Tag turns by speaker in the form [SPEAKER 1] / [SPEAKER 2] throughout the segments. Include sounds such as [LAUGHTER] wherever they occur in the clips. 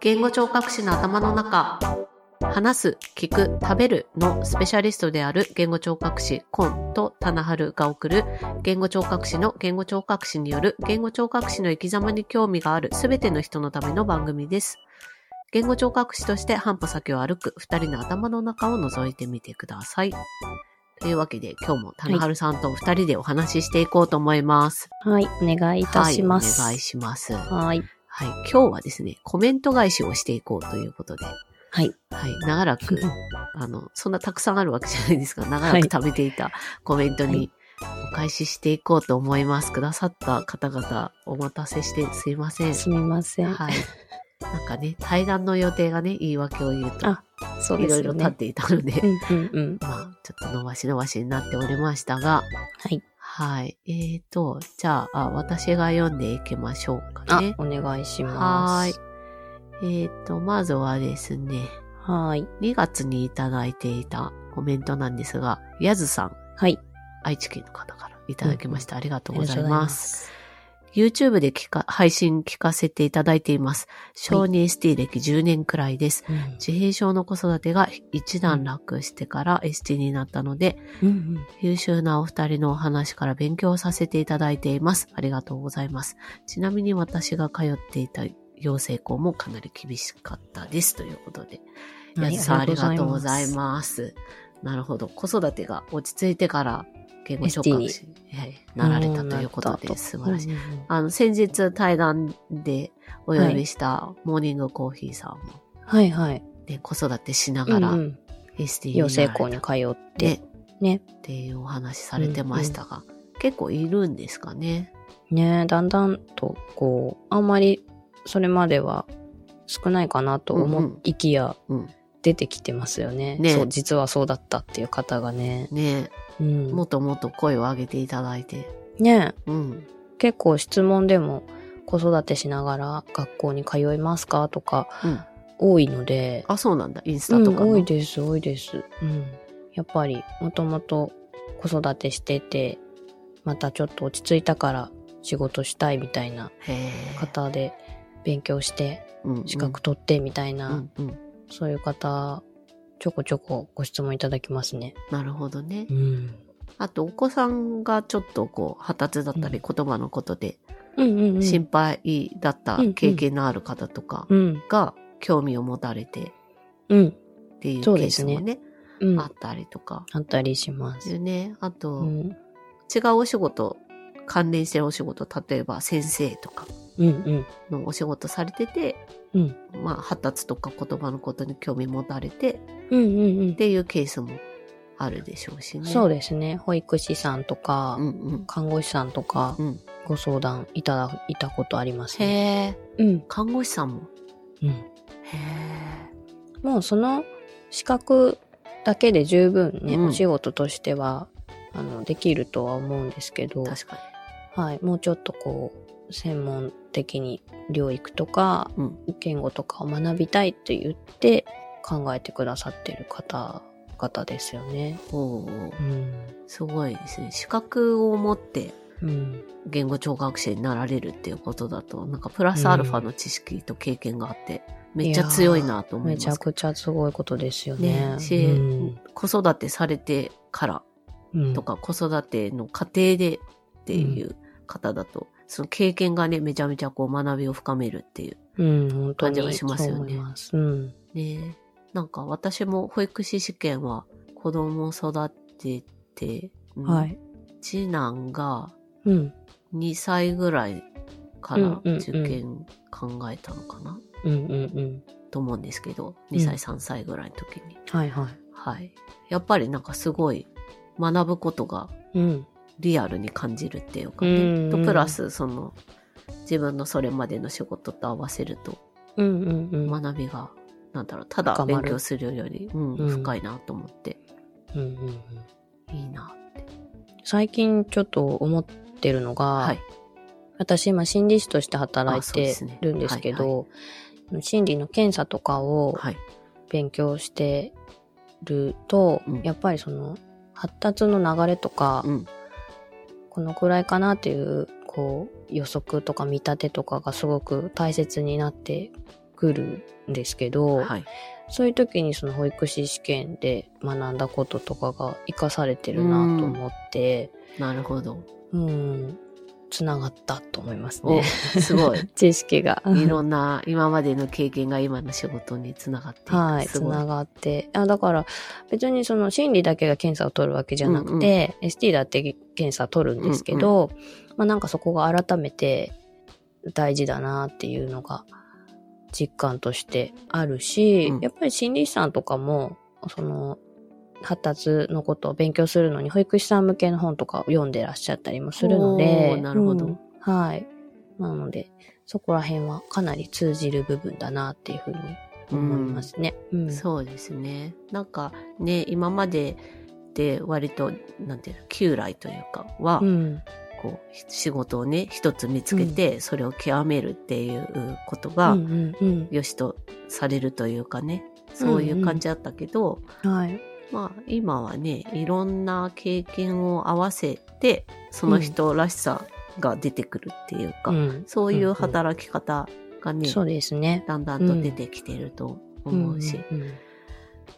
[SPEAKER 1] 言語聴覚士の頭の中話す、聞く、食べるのスペシャリストである言語聴覚士コンとタナハルが送る言語聴覚士の言語聴覚士による言語聴覚士の生き様に興味があるすべての人のための番組です。言語聴覚士として半歩先を歩く二人の頭の中を覗いてみてください。というわけで今日もタナハルさんとお二人でお話ししていこうと思います。
[SPEAKER 2] はい、お願いいたしま
[SPEAKER 1] はい、お願い
[SPEAKER 2] す。
[SPEAKER 1] します。は
[SPEAKER 2] はい。
[SPEAKER 1] い、今日はですね、コメント返しをしていこうということで。
[SPEAKER 2] はい。
[SPEAKER 1] はい、長らく、あの、そんなたくさんあるわけじゃないですが、長
[SPEAKER 2] は
[SPEAKER 1] ら
[SPEAKER 2] い
[SPEAKER 1] く食べていたコメント
[SPEAKER 2] はい
[SPEAKER 1] にお返ししていこうと思います。くださった方々、お待たせしてすいません。
[SPEAKER 2] すみません。
[SPEAKER 1] はい。なんかね、対談の予定がね、言い訳を言うと、
[SPEAKER 2] あ、そう
[SPEAKER 1] い
[SPEAKER 2] で
[SPEAKER 1] ろ
[SPEAKER 2] す
[SPEAKER 1] いろ
[SPEAKER 2] よ
[SPEAKER 1] 立っ
[SPEAKER 2] ね。
[SPEAKER 1] ていたので、
[SPEAKER 2] うんうんうん。
[SPEAKER 1] まあ、ちょっと伸ばし伸ばしになっておりましたが、
[SPEAKER 2] はい。
[SPEAKER 1] はい。えーと、じゃあ、あ私が読んでいきましょうか
[SPEAKER 2] あ
[SPEAKER 1] ね、。
[SPEAKER 2] お願いし
[SPEAKER 1] は
[SPEAKER 2] ま
[SPEAKER 1] ー
[SPEAKER 2] す。
[SPEAKER 1] い。えーと、まずはですね、
[SPEAKER 2] はーい。
[SPEAKER 1] 2月にいただいていたコメントなんですが、やずさん、
[SPEAKER 2] はい。
[SPEAKER 1] 愛知県の方からいただきました。ありがとうござい
[SPEAKER 2] ありがとうございま
[SPEAKER 1] ます。YouTube で聞か配信聞かせていただいています。小児 ST 歴10年くらいです。
[SPEAKER 2] うん
[SPEAKER 1] 自閉症の子育てが一段落してから ST になったので、
[SPEAKER 2] うん
[SPEAKER 1] 優秀なお二人のお話から勉強させていただいています。ありがとうございます。ちなみに私が通っていた養成校もかなり厳しかったです。ということで。
[SPEAKER 2] うん。
[SPEAKER 1] やつさん、
[SPEAKER 2] は
[SPEAKER 1] ありがとうござい
[SPEAKER 2] す。
[SPEAKER 1] ます。なるほど。子育てが落ち着いてから、言語聴覚士になられたということで、素晴らしい。
[SPEAKER 2] い。
[SPEAKER 1] あの、先日対談でお呼びしたモーニングコーヒーさんも、
[SPEAKER 2] はいはい。
[SPEAKER 1] ね、子育てしな
[SPEAKER 2] う
[SPEAKER 1] が
[SPEAKER 2] ん
[SPEAKER 1] ら
[SPEAKER 2] うん。
[SPEAKER 1] ST になら
[SPEAKER 2] 養
[SPEAKER 1] れ
[SPEAKER 2] 成
[SPEAKER 1] た
[SPEAKER 2] 校に通って。
[SPEAKER 1] ね
[SPEAKER 2] ね。
[SPEAKER 1] っていうお話されてましたが、結構いるんですかね。
[SPEAKER 2] ねだんだんと、こう、あんまり、それまでは少ないかなと
[SPEAKER 1] うんう
[SPEAKER 2] 思
[SPEAKER 1] ん
[SPEAKER 2] いきや、
[SPEAKER 1] うん
[SPEAKER 2] 出てきてますよね。
[SPEAKER 1] ね
[SPEAKER 2] そう、実はそうだったっていう方がね。
[SPEAKER 1] ね
[SPEAKER 2] うん。
[SPEAKER 1] もっともっと声を上げていただいて。
[SPEAKER 2] ね
[SPEAKER 1] うん。
[SPEAKER 2] 結構質問でも子育てしながら学校に通いますかとか
[SPEAKER 1] うん。
[SPEAKER 2] 多いので、
[SPEAKER 1] あ、そうなんだ。インス
[SPEAKER 2] う
[SPEAKER 1] タと
[SPEAKER 2] ん、
[SPEAKER 1] かの。
[SPEAKER 2] 多いです多いです、うん、やっぱりもともと子育てしててまたちょっと落ち着いたから仕事したいみたいな
[SPEAKER 1] へえ。
[SPEAKER 2] 方で勉強して
[SPEAKER 1] うんうん
[SPEAKER 2] 資格取ってみたいな、
[SPEAKER 1] うんうん。
[SPEAKER 2] そういう方ちょこちょこご質問いただきますね。
[SPEAKER 1] なるほどね。
[SPEAKER 2] うん、
[SPEAKER 1] あと、お子さんがちょっとこう、発達だったり、言葉のことで
[SPEAKER 2] うんうんうん
[SPEAKER 1] 心配だった
[SPEAKER 2] うんうん
[SPEAKER 1] 経験のある方とか
[SPEAKER 2] うん
[SPEAKER 1] が興味を持たれて
[SPEAKER 2] うん
[SPEAKER 1] っていうケ
[SPEAKER 2] そうで
[SPEAKER 1] ース
[SPEAKER 2] すね
[SPEAKER 1] もね、
[SPEAKER 2] うん
[SPEAKER 1] あったりとか。
[SPEAKER 2] あったりします。
[SPEAKER 1] でね、あと、
[SPEAKER 2] うん
[SPEAKER 1] 違うお仕事、関連してるお仕事、例えば先生とか
[SPEAKER 2] うんうん
[SPEAKER 1] のお仕事されてて、
[SPEAKER 2] うん
[SPEAKER 1] まあ、発達とか言葉のことに興味持たれて
[SPEAKER 2] うんうんうん
[SPEAKER 1] っていうケースもあるでしょうしね。
[SPEAKER 2] そう
[SPEAKER 1] で
[SPEAKER 2] ですね。保育士さんとか、
[SPEAKER 1] うんうん。
[SPEAKER 2] 看護師さんとか
[SPEAKER 1] う、ん、
[SPEAKER 2] ご相談いただいたことあります
[SPEAKER 1] へ
[SPEAKER 2] ね。
[SPEAKER 1] え、
[SPEAKER 2] うん。
[SPEAKER 1] 看護師さんも。
[SPEAKER 2] うん。
[SPEAKER 1] へえ。
[SPEAKER 2] もうその資格だけで十分ね、
[SPEAKER 1] うん
[SPEAKER 2] お仕事としては、あの、できるとは思うんですけど、
[SPEAKER 1] 確か
[SPEAKER 2] はい。もうちょっとこう、専門的に療育とか、
[SPEAKER 1] に。うん。
[SPEAKER 2] 言語とかを学びたいと言って考えてくださってる方々ですよね。
[SPEAKER 1] おー
[SPEAKER 2] うん。
[SPEAKER 1] すごいですね。資格を持って
[SPEAKER 2] うん。
[SPEAKER 1] 言語聴覚者になられるっていうことだと、なんかプラスアルファの知識と経験があって、めっちゃ強いなと思い
[SPEAKER 2] め
[SPEAKER 1] ま
[SPEAKER 2] ちゃ
[SPEAKER 1] すけ
[SPEAKER 2] くちゃすごいことですよ
[SPEAKER 1] ど。ね
[SPEAKER 2] ね。
[SPEAKER 1] し、
[SPEAKER 2] うん
[SPEAKER 1] 子育てされてから
[SPEAKER 2] うん
[SPEAKER 1] とか、子育ての過程でっていう方だと、その経験がね、めちゃめちゃこう学びを深めるっていう。
[SPEAKER 2] うん、本当
[SPEAKER 1] 感じ
[SPEAKER 2] に
[SPEAKER 1] がしますよね
[SPEAKER 2] そう思います。うん。
[SPEAKER 1] ねなんか私も保育士試験は子供を育てて、うん
[SPEAKER 2] はい。
[SPEAKER 1] 次男が
[SPEAKER 2] うん。
[SPEAKER 1] 2歳ぐらいから
[SPEAKER 2] うんうんうん
[SPEAKER 1] 受験考えたのかな、
[SPEAKER 2] うんうんうん。
[SPEAKER 1] と思うんですけど、
[SPEAKER 2] うん
[SPEAKER 1] 2歳、3歳ぐらいの時に。
[SPEAKER 2] はいは
[SPEAKER 1] はい。やっぱりなんかすごい学ぶことが
[SPEAKER 2] い。うん。
[SPEAKER 1] リアルに感じるっていうか
[SPEAKER 2] う
[SPEAKER 1] ね。
[SPEAKER 2] ん
[SPEAKER 1] と、プラスその自分のそれまでの仕事と合わせると
[SPEAKER 2] うんうんうん。
[SPEAKER 1] 学びが、なんだろう、ただ
[SPEAKER 2] 深ま
[SPEAKER 1] 勉
[SPEAKER 2] る
[SPEAKER 1] 強するより、うん
[SPEAKER 2] うん
[SPEAKER 1] 深いなと思って、
[SPEAKER 2] うんうんうん、
[SPEAKER 1] いいな。
[SPEAKER 2] 最近ちょっと思ってるのが、
[SPEAKER 1] はい。
[SPEAKER 2] 私今心理師として働
[SPEAKER 1] あそうで
[SPEAKER 2] い
[SPEAKER 1] すね
[SPEAKER 2] てるんですけど、心理の検査とかを
[SPEAKER 1] はい。
[SPEAKER 2] 勉強してると、
[SPEAKER 1] うん
[SPEAKER 2] やっぱりその発達の流れとか、
[SPEAKER 1] うん。
[SPEAKER 2] このくらいかなっていうこう予測とか見立てとかがすごく大切になってくるんですけど、
[SPEAKER 1] はい。
[SPEAKER 2] そういう時にその保育士試験で学んだこととかが活かされてるなと思って、
[SPEAKER 1] なるほど。
[SPEAKER 2] うん、つながったと思います
[SPEAKER 1] お、
[SPEAKER 2] ね。
[SPEAKER 1] すごい。 [LAUGHS]
[SPEAKER 2] [LAUGHS] 知識が。
[SPEAKER 1] いろんな今までの経験が今の仕事につながっていく。
[SPEAKER 2] はい、
[SPEAKER 1] す
[SPEAKER 2] つ
[SPEAKER 1] ごい。
[SPEAKER 2] ながって。あ、だから、別にその心理だけが検査を取るわけじゃなくて、ST だって検査取るんですけど、まあなんかそこが改めて大事だなっていうのが実感としてあるし、
[SPEAKER 1] うん
[SPEAKER 2] やっぱり心理師さんとかも、その、発達のことを勉強するのに保育士さん向けの本とかを読んでらっしゃったりもするの
[SPEAKER 1] お
[SPEAKER 2] で、
[SPEAKER 1] ーなるほど
[SPEAKER 2] うんはい。なので、そこら辺はかなり通じる部分だなっていうふうに思いますね。うん
[SPEAKER 1] そうですね。なんかね、今までで割と、なんていうの、旧来というかは、
[SPEAKER 2] うん
[SPEAKER 1] こう、ひ仕事をね、一つ見つけて、それを極めるっていうこと
[SPEAKER 2] う
[SPEAKER 1] が、
[SPEAKER 2] んうん
[SPEAKER 1] 良しとされるというかね、そういう感じだったけど、
[SPEAKER 2] うんはい
[SPEAKER 1] まあ今はね、いろんな経験を合わせて、その人らしさが出てくるっていうか、
[SPEAKER 2] うん
[SPEAKER 1] そういう働き方がね、
[SPEAKER 2] そうですね。
[SPEAKER 1] だんだんと出てきてると思うし、
[SPEAKER 2] ん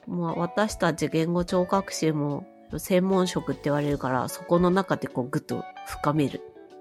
[SPEAKER 2] うん
[SPEAKER 1] まあ私たち言語聴覚士も専門職って言われるから、そこの中でこうぐっと深める。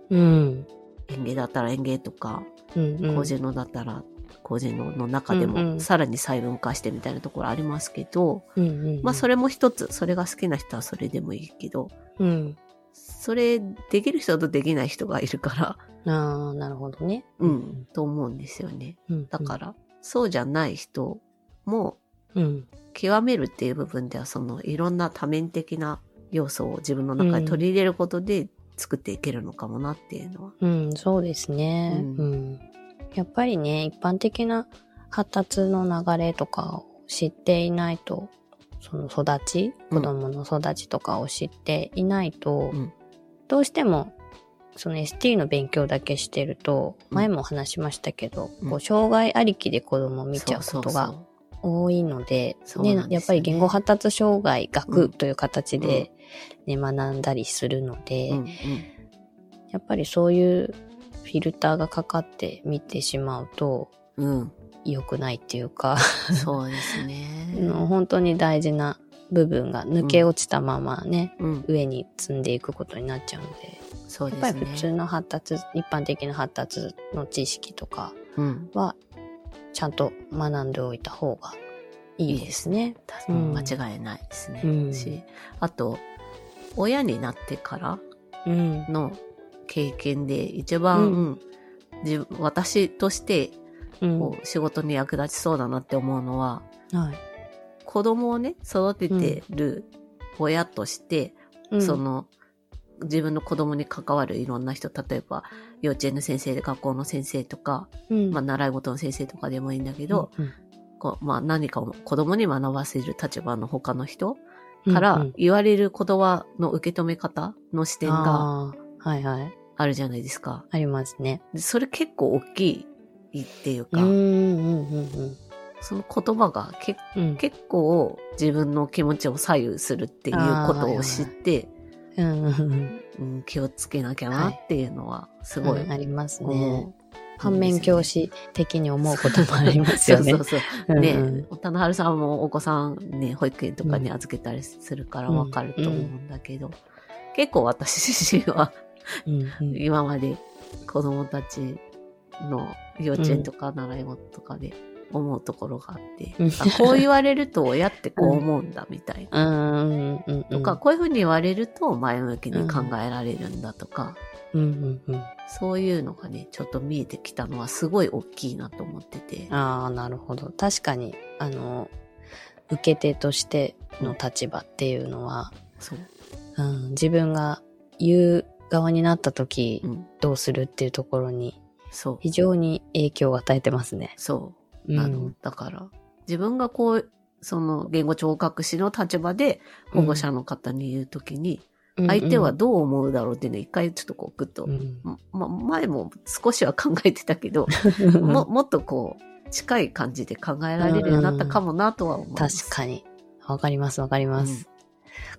[SPEAKER 2] うん
[SPEAKER 1] 園芸だったら園芸とか、
[SPEAKER 2] うんうん
[SPEAKER 1] 工事のだったら工事のの中で
[SPEAKER 2] うんう
[SPEAKER 1] も
[SPEAKER 2] ん
[SPEAKER 1] さらに細分化してみたいなところありますけど、
[SPEAKER 2] うんうんうん
[SPEAKER 1] まあそれも一つ、それが好きな人はそれでもいいけど、
[SPEAKER 2] うん
[SPEAKER 1] それできる人とできない人がいるから、
[SPEAKER 2] ああなるほどね。
[SPEAKER 1] うん、と思うんですよね。
[SPEAKER 2] うん
[SPEAKER 1] だから、そうじゃない人も
[SPEAKER 2] うん
[SPEAKER 1] 極めるっていう部分ではそのいろんな多面的な要素を自分の中に取り入れることで作っていけるのかもなっていうのは。
[SPEAKER 2] うんそうですね。
[SPEAKER 1] うん
[SPEAKER 2] うんやっぱりね一般的な発達の流れとかを知っていないとその育ち
[SPEAKER 1] うん
[SPEAKER 2] 子供の育ちとかを知っていないと、
[SPEAKER 1] うん
[SPEAKER 2] どうしてもその ST の勉強だけしてると、
[SPEAKER 1] うん
[SPEAKER 2] 前もお話しましたけど、
[SPEAKER 1] うん
[SPEAKER 2] こう障害ありきで子供を見ちゃうこと
[SPEAKER 1] そ
[SPEAKER 2] が
[SPEAKER 1] う
[SPEAKER 2] 多いので、
[SPEAKER 1] そうなんですよね
[SPEAKER 2] やっぱり言語発達障害
[SPEAKER 1] う
[SPEAKER 2] 学
[SPEAKER 1] ん
[SPEAKER 2] という形で、ね学んだりするので、
[SPEAKER 1] そうそううんうん
[SPEAKER 2] やっぱりそういうフィルターがかかって見てしまうと
[SPEAKER 1] うん、
[SPEAKER 2] [LAUGHS] 良くないっていう
[SPEAKER 1] [LAUGHS]
[SPEAKER 2] か、
[SPEAKER 1] そうですね。
[SPEAKER 2] あの本当に大事な部分が抜け落ちたままね、
[SPEAKER 1] うん、
[SPEAKER 2] 上に積んでいくことになっちゃうので、
[SPEAKER 1] そう
[SPEAKER 2] やっ
[SPEAKER 1] で
[SPEAKER 2] ぱ
[SPEAKER 1] す
[SPEAKER 2] り普通
[SPEAKER 1] ね。
[SPEAKER 2] の発達、一般的な発達の知識とか
[SPEAKER 1] うん、
[SPEAKER 2] は、ちゃんと学んでおいた方がいいですね。うん
[SPEAKER 1] 間違いないですね。
[SPEAKER 2] うん
[SPEAKER 1] し、あと、親になってから
[SPEAKER 2] うん。
[SPEAKER 1] の経験で一番、
[SPEAKER 2] う
[SPEAKER 1] 自分私として
[SPEAKER 2] うん。
[SPEAKER 1] こう仕事に役立ちそうだなって思うのは、
[SPEAKER 2] はい。
[SPEAKER 1] 子供をね、育ててる親として、
[SPEAKER 2] うん
[SPEAKER 1] そ、の、自分の子供に関わるいろんな人、例えば、幼稚園の先生で学校の先生とか、
[SPEAKER 2] うん
[SPEAKER 1] まあ、習い事の先生とかでもいいんだけど、、
[SPEAKER 2] うん
[SPEAKER 1] こうまあ、何かを子供に学ばせる立場の他の人
[SPEAKER 2] うん
[SPEAKER 1] から
[SPEAKER 2] うん
[SPEAKER 1] 言われる言葉の受け止め方の視点が
[SPEAKER 2] あーはいはい。
[SPEAKER 1] あるじゃないですか。
[SPEAKER 2] ありますね。
[SPEAKER 1] でそれ結構大きいっていう
[SPEAKER 2] う
[SPEAKER 1] か、
[SPEAKER 2] ん、うん、うん、
[SPEAKER 1] その言葉がけ
[SPEAKER 2] うん。
[SPEAKER 1] 結構自分の気持ちを左右するっていうことを知って、
[SPEAKER 2] うん、うんうん。
[SPEAKER 1] うん、気をつけなきゃなっていうのはすごい
[SPEAKER 2] うんあります
[SPEAKER 1] 思う
[SPEAKER 2] ね。反面教師的に思うこともありますよね
[SPEAKER 1] そう。そうそう。
[SPEAKER 2] う
[SPEAKER 1] ね
[SPEAKER 2] ん、
[SPEAKER 1] 田中春さんもお子さんね、保育園とかに預けたりするからわかると思うんだけど、結構私自身は
[SPEAKER 2] うんうん
[SPEAKER 1] 今まで子供たちの幼稚園とか習い事とかで思うところがあって、
[SPEAKER 2] うん
[SPEAKER 1] あこう言われると親ってこう思うんだみたいな。
[SPEAKER 2] うん、うん、うん。
[SPEAKER 1] とか、こういうふうに言われると前向きに考えられるんだとか、
[SPEAKER 2] うん、うん、うん。
[SPEAKER 1] そういうのがね、ちょっと見えてきたのはすごい大きいなと思ってて。
[SPEAKER 2] ああ、なるほど。確かに、あの、受け手としての立場っていうのは、
[SPEAKER 1] そう。
[SPEAKER 2] うん、自分が言う側になった時、
[SPEAKER 1] うん。
[SPEAKER 2] どうするっていうところに、
[SPEAKER 1] そう。
[SPEAKER 2] 非常に影響を与えてますね。
[SPEAKER 1] そうう。
[SPEAKER 2] ん、
[SPEAKER 1] あの、だから、自分がこう、その言語聴覚士の立場で保護者の方に言うときに、
[SPEAKER 2] うん
[SPEAKER 1] 相手は、どう思うだろうっていうのを一回ちょっとこうグッと、 [LAUGHS]
[SPEAKER 2] うん
[SPEAKER 1] ま、前も少しは考えてたけど、
[SPEAKER 2] うん
[SPEAKER 1] ももっとこう近い感じで考えられるようになったかもなとは思います。
[SPEAKER 2] 確かに。わかります、わかります。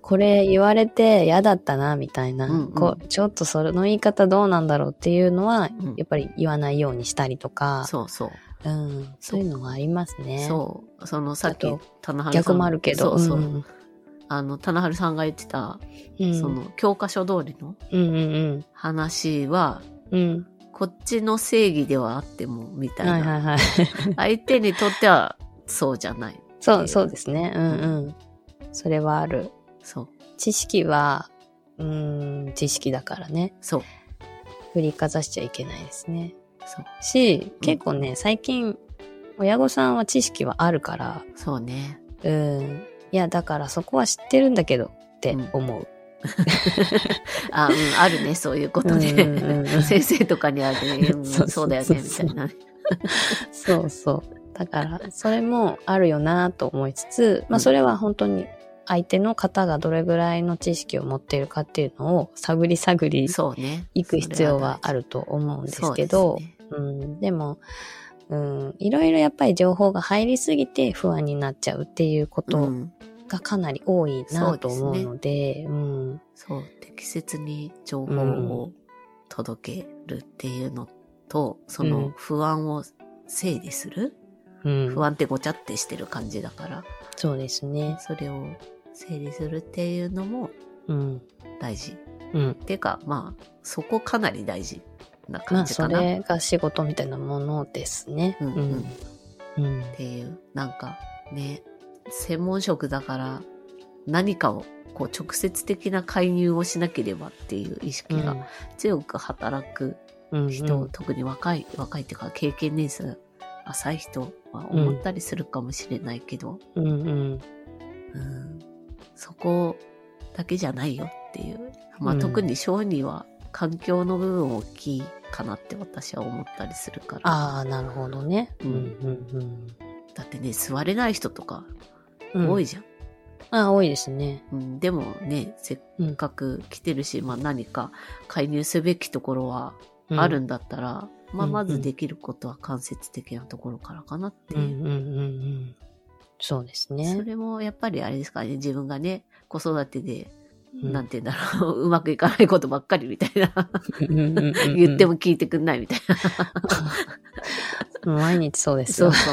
[SPEAKER 2] これ言われて嫌だったな、みたいな、
[SPEAKER 1] うんうん
[SPEAKER 2] こう、ちょっとその言い方どうなんだろうっていうのは、
[SPEAKER 1] うん
[SPEAKER 2] やっぱり言わないようにしたりとか、
[SPEAKER 1] そうそう。
[SPEAKER 2] うん、そういうのもありますね。
[SPEAKER 1] そう。そのさっき
[SPEAKER 2] あと、
[SPEAKER 1] 棚原さん。
[SPEAKER 2] 逆もあるけど、
[SPEAKER 1] そうそう。
[SPEAKER 2] うん
[SPEAKER 1] あの、棚原さんが言ってた、
[SPEAKER 2] うん、
[SPEAKER 1] その、教科書通りの
[SPEAKER 2] うんうん
[SPEAKER 1] 話は、
[SPEAKER 2] うん。うん。
[SPEAKER 1] こっちの正義ではあっても、みたいな。
[SPEAKER 2] はいはいはい。
[SPEAKER 1] 相手にとっては、そうじゃない。
[SPEAKER 2] そう、そうですね。うんうん。それはある。
[SPEAKER 1] そう。
[SPEAKER 2] 知識は、うん、知識だからね。
[SPEAKER 1] そう。
[SPEAKER 2] 振りかざしちゃいけないですね。
[SPEAKER 1] そう。
[SPEAKER 2] し、結構ね、最近、親御さんは知識はあるから、
[SPEAKER 1] そうね。
[SPEAKER 2] うん。いや、だからそこは知ってるんだけどって思う。
[SPEAKER 1] あ、うん、あるね、そういうこと
[SPEAKER 2] うんうんう
[SPEAKER 1] ね。
[SPEAKER 2] ん
[SPEAKER 1] 先生とかにあるね。うん
[SPEAKER 2] [LAUGHS] そう
[SPEAKER 1] そ
[SPEAKER 2] そうそう
[SPEAKER 1] うだよね、みたいなね。
[SPEAKER 2] そうそう。だから、それもあるよなと思いつつ、
[SPEAKER 1] う
[SPEAKER 2] まあ
[SPEAKER 1] ん
[SPEAKER 2] それは本当に相手の方がどれぐらいの知識を持っているかっていうのを探り探り
[SPEAKER 1] そうね。
[SPEAKER 2] 行く必要はあると思うんですけ
[SPEAKER 1] そ
[SPEAKER 2] ど、
[SPEAKER 1] うですね
[SPEAKER 2] うん、でも、うん、いろいろやっぱり情報が入りすぎて不安になっちゃうっていうこ
[SPEAKER 1] う
[SPEAKER 2] と
[SPEAKER 1] ん。
[SPEAKER 2] がかなり多いなと思うので、うん、
[SPEAKER 1] そう、適切に情報を届けるっていうのと、その不安を整理する、
[SPEAKER 2] うん、
[SPEAKER 1] 不安ってごちゃってしてる感じだから、
[SPEAKER 2] そうですね。
[SPEAKER 1] それを整理するっていうのも
[SPEAKER 2] うん、
[SPEAKER 1] 大事。
[SPEAKER 2] うん。
[SPEAKER 1] てか、まあ、そこかなり大事な
[SPEAKER 2] ま
[SPEAKER 1] 感
[SPEAKER 2] あ
[SPEAKER 1] じ
[SPEAKER 2] そ
[SPEAKER 1] かな。
[SPEAKER 2] れが仕事みたいなものですね。
[SPEAKER 1] うんうん、っ
[SPEAKER 2] うん、うん
[SPEAKER 1] ていう、なんかね、専門職だから何かをこう直接的な介入をしなければっていう意識が強く働く
[SPEAKER 2] うん、
[SPEAKER 1] 人、
[SPEAKER 2] うん
[SPEAKER 1] 特に若い若いっていうか経験年数浅い人は思ったりするかもしれないけど、
[SPEAKER 2] うんう
[SPEAKER 1] う
[SPEAKER 2] ん、
[SPEAKER 1] んそこだけじゃないよっていう、まあ
[SPEAKER 2] うん
[SPEAKER 1] 特に小児は環境の部分大きいかなって私は思ったりするから
[SPEAKER 2] ああ、なるほどね。
[SPEAKER 1] う
[SPEAKER 2] うんん、うん、
[SPEAKER 1] だってね座れない人とか
[SPEAKER 2] うん。
[SPEAKER 1] 多い
[SPEAKER 2] じ
[SPEAKER 1] じゃん、
[SPEAKER 2] ゃん。ああ、多いですね。
[SPEAKER 1] うんでもねせっかく来てるし、まあ、何か介入すべきところは
[SPEAKER 2] うん
[SPEAKER 1] あるんだったら、まあ、
[SPEAKER 2] うんうん
[SPEAKER 1] まずできることは間接的なところからかなっていうう。
[SPEAKER 2] んうんうんうん。そうです
[SPEAKER 1] そ
[SPEAKER 2] ね。
[SPEAKER 1] れもやっぱりあれですかね、自分がね、子育てで、
[SPEAKER 2] うん
[SPEAKER 1] なんて言うんだろう、う [LAUGHS] まくいかないことばっかりみたいな、言
[SPEAKER 2] 言
[SPEAKER 1] っても。聞いてくんないみたいな。
[SPEAKER 2] 毎日そうです
[SPEAKER 1] そ
[SPEAKER 2] よ
[SPEAKER 1] う。そ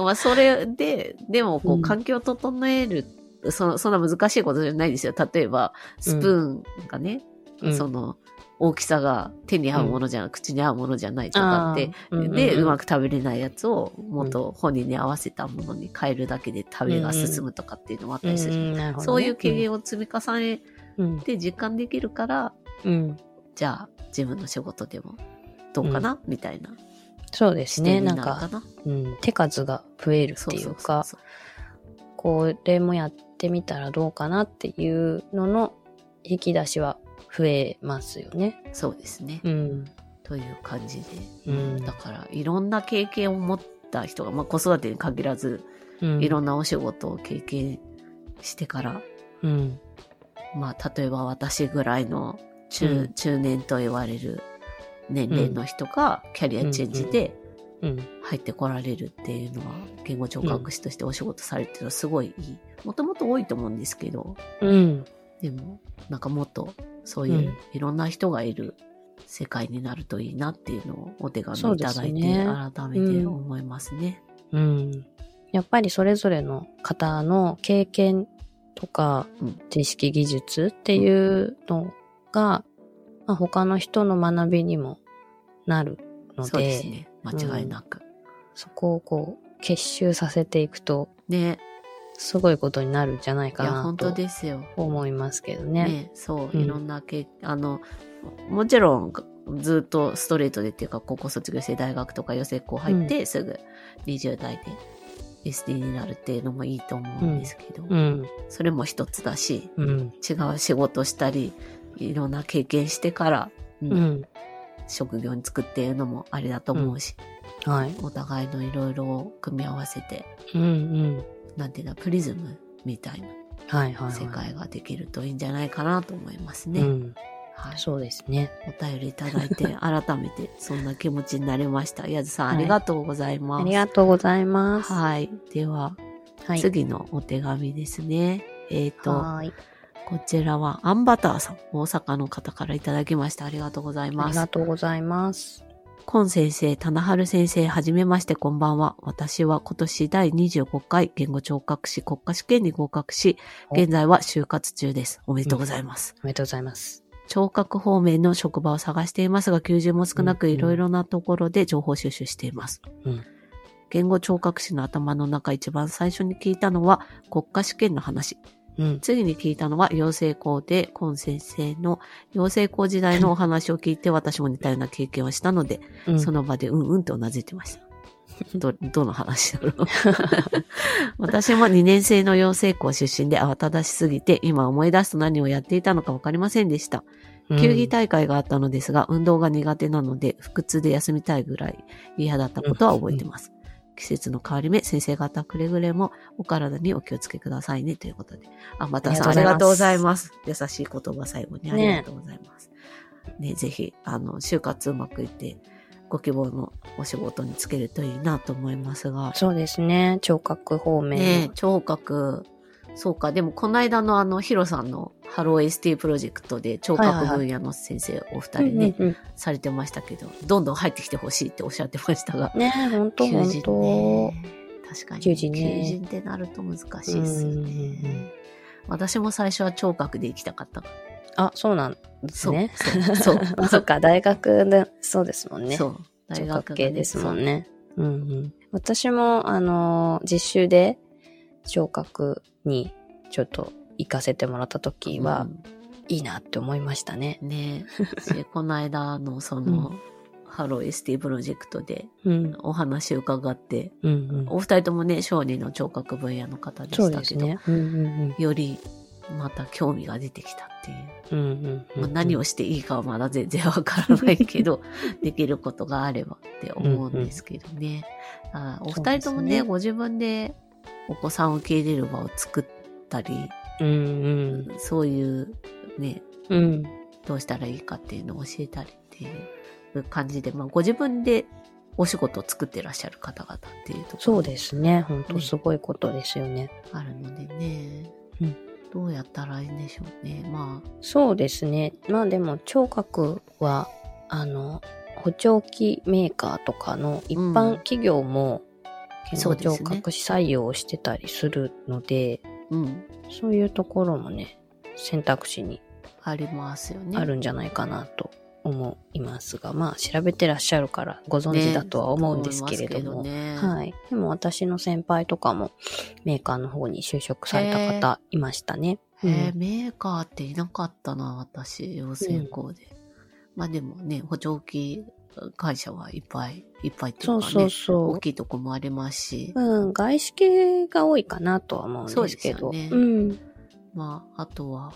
[SPEAKER 1] う。 [LAUGHS] まあ、それで、でも、こ
[SPEAKER 2] う
[SPEAKER 1] う、
[SPEAKER 2] ん
[SPEAKER 1] 環境を整える、そそんな難しいことじゃないですよ。例えば、スプーンがね、
[SPEAKER 2] うん
[SPEAKER 1] その、大きさが手に合うものじゃ、口に合うものじゃないとかって、
[SPEAKER 2] あー
[SPEAKER 1] で、
[SPEAKER 2] んん
[SPEAKER 1] うまく食べれないやつを、もっと本人に合わせたものに変えるだけで食べが進むとかっていうのもあっ
[SPEAKER 2] う
[SPEAKER 1] た
[SPEAKER 2] ん
[SPEAKER 1] りする。
[SPEAKER 2] うんなるほどね
[SPEAKER 1] そういう経験を積み重ね
[SPEAKER 2] うん
[SPEAKER 1] て実感できるから、
[SPEAKER 2] うん
[SPEAKER 1] じゃあ自分の仕事でもどうかな、みたいな
[SPEAKER 2] そうです
[SPEAKER 1] 視
[SPEAKER 2] ね。
[SPEAKER 1] 点
[SPEAKER 2] な
[SPEAKER 1] に
[SPEAKER 2] ん
[SPEAKER 1] なるか
[SPEAKER 2] か、
[SPEAKER 1] な。
[SPEAKER 2] うん手数が増えるっ
[SPEAKER 1] そう
[SPEAKER 2] てい
[SPEAKER 1] そううそう
[SPEAKER 2] か、
[SPEAKER 1] そう。
[SPEAKER 2] これもやってみたらどうかなっていうのの引き出しは増えますよね。
[SPEAKER 1] そうですね。
[SPEAKER 2] うん。
[SPEAKER 1] という感じで。
[SPEAKER 2] うん
[SPEAKER 1] だからいろんな経験を持った人が、まあ、子育てに限らず、
[SPEAKER 2] うん
[SPEAKER 1] いろんなお仕事を経験してから、
[SPEAKER 2] うん。
[SPEAKER 1] まあ例えば私ぐらいの中,、
[SPEAKER 2] うん
[SPEAKER 1] 中年と言われる年齢の人がキャリアチェンジで、
[SPEAKER 2] うん。
[SPEAKER 1] 入ってこられるっていうのは言語聴覚士としてお仕事されてるのはすごいいいもともと多いと思うんですけど
[SPEAKER 2] うん。
[SPEAKER 1] でもなんかもっとそういううんいろんな人がいる世界になるといいなっていうのをお手紙いただいて
[SPEAKER 2] そうですね
[SPEAKER 1] 改めて思いますね。
[SPEAKER 2] うん。やっぱりそれぞれの方の経験とか
[SPEAKER 1] うん
[SPEAKER 2] 知識技術っていうのが、まあ、他の人の学びにもなるので
[SPEAKER 1] そうですね間違いなく。
[SPEAKER 2] そこをこう結集させていくと
[SPEAKER 1] ね
[SPEAKER 2] すごいことになるんじゃない
[SPEAKER 1] い
[SPEAKER 2] か
[SPEAKER 1] や
[SPEAKER 2] な
[SPEAKER 1] 本当
[SPEAKER 2] と
[SPEAKER 1] ですよ。
[SPEAKER 2] 思いますけどね。
[SPEAKER 1] ねそう
[SPEAKER 2] うん
[SPEAKER 1] いろんな経あのもちろんずっとストレートでっていうか高校卒業して大学とか予選校入って、すぐ20代で SD になるっていうのもいいと思うんですけど、
[SPEAKER 2] うん、
[SPEAKER 1] それも一つだし
[SPEAKER 2] うん、
[SPEAKER 1] 違う仕事したりいろんな経験してから、うん
[SPEAKER 2] うん。
[SPEAKER 1] 職業に就くっていうのもあれだと思うし、
[SPEAKER 2] はい。
[SPEAKER 1] お互いのいろいろを組み合わせて
[SPEAKER 2] うん、うん。
[SPEAKER 1] なんていうのプリズムみたい
[SPEAKER 2] はい、はいは。
[SPEAKER 1] ない世界ができるといいんじゃないかなと思いますね。
[SPEAKER 2] うん。
[SPEAKER 1] はい
[SPEAKER 2] そうですね。
[SPEAKER 1] お便りいただいて、 [LAUGHS] 改めてそんな気持ちになれました。やずさん、
[SPEAKER 2] はい
[SPEAKER 1] ありがとうございます。
[SPEAKER 2] ありがとうございます。
[SPEAKER 1] はい。では、
[SPEAKER 2] はい。
[SPEAKER 1] 次のお手紙ですね。えっ、と、
[SPEAKER 2] はーい。
[SPEAKER 1] こちらはアンバターさん、大阪の方からいただきました。ありがとうござい
[SPEAKER 2] あ
[SPEAKER 1] ま
[SPEAKER 2] り
[SPEAKER 1] す
[SPEAKER 2] が。とうございます。
[SPEAKER 1] コン先生、棚春先生、はじめまして、こんばんは。私は今年第25回言語聴覚士国家試験に合格し、
[SPEAKER 2] お
[SPEAKER 1] 現在は就活中です。おめでとうございます。
[SPEAKER 2] おめでとうございます。
[SPEAKER 1] 聴覚方面の職場を探していますが、求人も少なく
[SPEAKER 2] うん
[SPEAKER 1] いろいろなところで情報収集しています。
[SPEAKER 2] うん
[SPEAKER 1] 言語聴覚士の頭の中一番最初に聞いたのは国家試験の話。
[SPEAKER 2] うん。
[SPEAKER 1] 次に聞いたのは養成校で、コン先生の養成校時代のお話を聞いて、私も似たような経験をしたので、
[SPEAKER 2] うん
[SPEAKER 1] その場でうんうんとうなずいてま
[SPEAKER 2] [LAUGHS]
[SPEAKER 1] した。ど、どの話だろう。私も2年生の養成校出身で慌ただしすぎて、今思い出すと何をやっていたのかわかりませんでした。球技大会があったのですが、運動が苦手なので、腹痛で休みたいぐらい嫌だったことは覚えてます。季節の変わり目、先生方くれぐれもお体にお気をつけくださいね、ということで。あ、またさん、あ
[SPEAKER 2] あ
[SPEAKER 1] り
[SPEAKER 2] り
[SPEAKER 1] が
[SPEAKER 2] が
[SPEAKER 1] と
[SPEAKER 2] と
[SPEAKER 1] う
[SPEAKER 2] う
[SPEAKER 1] ご
[SPEAKER 2] ご
[SPEAKER 1] ざ
[SPEAKER 2] ざ
[SPEAKER 1] い
[SPEAKER 2] い
[SPEAKER 1] ます。優しい言葉最後にありがとうございます。ねぜひ、あの、就活うまくいって、ご希望のお仕事につけるといいなと思いますが。
[SPEAKER 2] そうですね。聴覚方面。
[SPEAKER 1] ね聴覚。そうか。でも、この間のあの、ヒロさんのハロー ST プロジェクトで、聴
[SPEAKER 2] はい
[SPEAKER 1] 覚
[SPEAKER 2] はいはい
[SPEAKER 1] 分野の先生、お二
[SPEAKER 2] う
[SPEAKER 1] 人
[SPEAKER 2] ん
[SPEAKER 1] ね、
[SPEAKER 2] うんうん
[SPEAKER 1] されてましたけど、どんどん入ってきてほしいっておっしゃってましたが。
[SPEAKER 2] ねえ、ほんとほんと。
[SPEAKER 1] ね。確かに。
[SPEAKER 2] 求人ね
[SPEAKER 1] 求人ってなると難しいですよ
[SPEAKER 2] うんうんう
[SPEAKER 1] ね。私も最初は聴覚で行きたか
[SPEAKER 2] [LAUGHS]
[SPEAKER 1] ったから。
[SPEAKER 2] あ、そうなんです
[SPEAKER 1] そう。
[SPEAKER 2] ね。
[SPEAKER 1] そう。そう。
[SPEAKER 2] あ、 [LAUGHS] そっか、大学で、そうですもんね。
[SPEAKER 1] そう大
[SPEAKER 2] 聴
[SPEAKER 1] 学
[SPEAKER 2] 覚系ですもん
[SPEAKER 1] ね。
[SPEAKER 2] ね。うんうん。私も、あのー、実習で聴覚にちょっと行かせてもらった時は、
[SPEAKER 1] うん
[SPEAKER 2] いいなって思いましたね。
[SPEAKER 1] ねでこの間のその、ハロー ST プロジェクトで
[SPEAKER 2] うん。
[SPEAKER 1] お話伺って、
[SPEAKER 2] うんうん。
[SPEAKER 1] お二人ともね、小児の聴覚分野の方で
[SPEAKER 2] そ
[SPEAKER 1] し
[SPEAKER 2] う
[SPEAKER 1] た
[SPEAKER 2] で
[SPEAKER 1] け
[SPEAKER 2] す
[SPEAKER 1] ど、
[SPEAKER 2] ね。うんうん
[SPEAKER 1] よりまた興味が出てきたっていう。
[SPEAKER 2] うん。うんうんうん
[SPEAKER 1] まあ、何をしていいかはまだ全然わからないけ
[SPEAKER 2] [LAUGHS]
[SPEAKER 1] ど、できることがあればって思うんですけどね。あお二人ともね
[SPEAKER 2] そうですね
[SPEAKER 1] ご自分でお子さんを受け入れる場を作ったり、
[SPEAKER 2] うん
[SPEAKER 1] そういうね、
[SPEAKER 2] うん。うん。
[SPEAKER 1] どうしたらいいかっていうのを教えたりっていう感じで、まあ、ご自分でお仕事を作ってらっしゃる方々っていうとこ
[SPEAKER 2] そうですね。本当すごいことですよね。
[SPEAKER 1] ろあるのでね、
[SPEAKER 2] うん
[SPEAKER 1] どうやったらいいんでしょうね。まあ、
[SPEAKER 2] そうですね。まあでも聴覚は、あの、補聴器メーカーとかの一
[SPEAKER 1] うん
[SPEAKER 2] 般企業も、言
[SPEAKER 1] そう
[SPEAKER 2] 語
[SPEAKER 1] ですね
[SPEAKER 2] 聴覚士採用をしてたりするので、
[SPEAKER 1] うん、
[SPEAKER 2] そういうところもね、選択肢に
[SPEAKER 1] ありますよね。
[SPEAKER 2] あるんじゃないかなと思いますが、まあ調べてらっしゃるからご存知だとは思うんですけれども、
[SPEAKER 1] ね思いますけどね
[SPEAKER 2] はい。でも私の先輩とかもメーカーの方に就職された方いましたね。
[SPEAKER 1] へえ、
[SPEAKER 2] うん
[SPEAKER 1] メーカーっていなかったな、私、養成校で。まあでもね、補聴器会社はいっぱいいっぱいってい
[SPEAKER 2] そうう
[SPEAKER 1] かね、
[SPEAKER 2] そうそう
[SPEAKER 1] 大。きいとこもありますし、
[SPEAKER 2] うん、外資系が多いかなとは思うんですけ
[SPEAKER 1] そう
[SPEAKER 2] ど。
[SPEAKER 1] ですよね
[SPEAKER 2] うん。
[SPEAKER 1] まあ、あとは、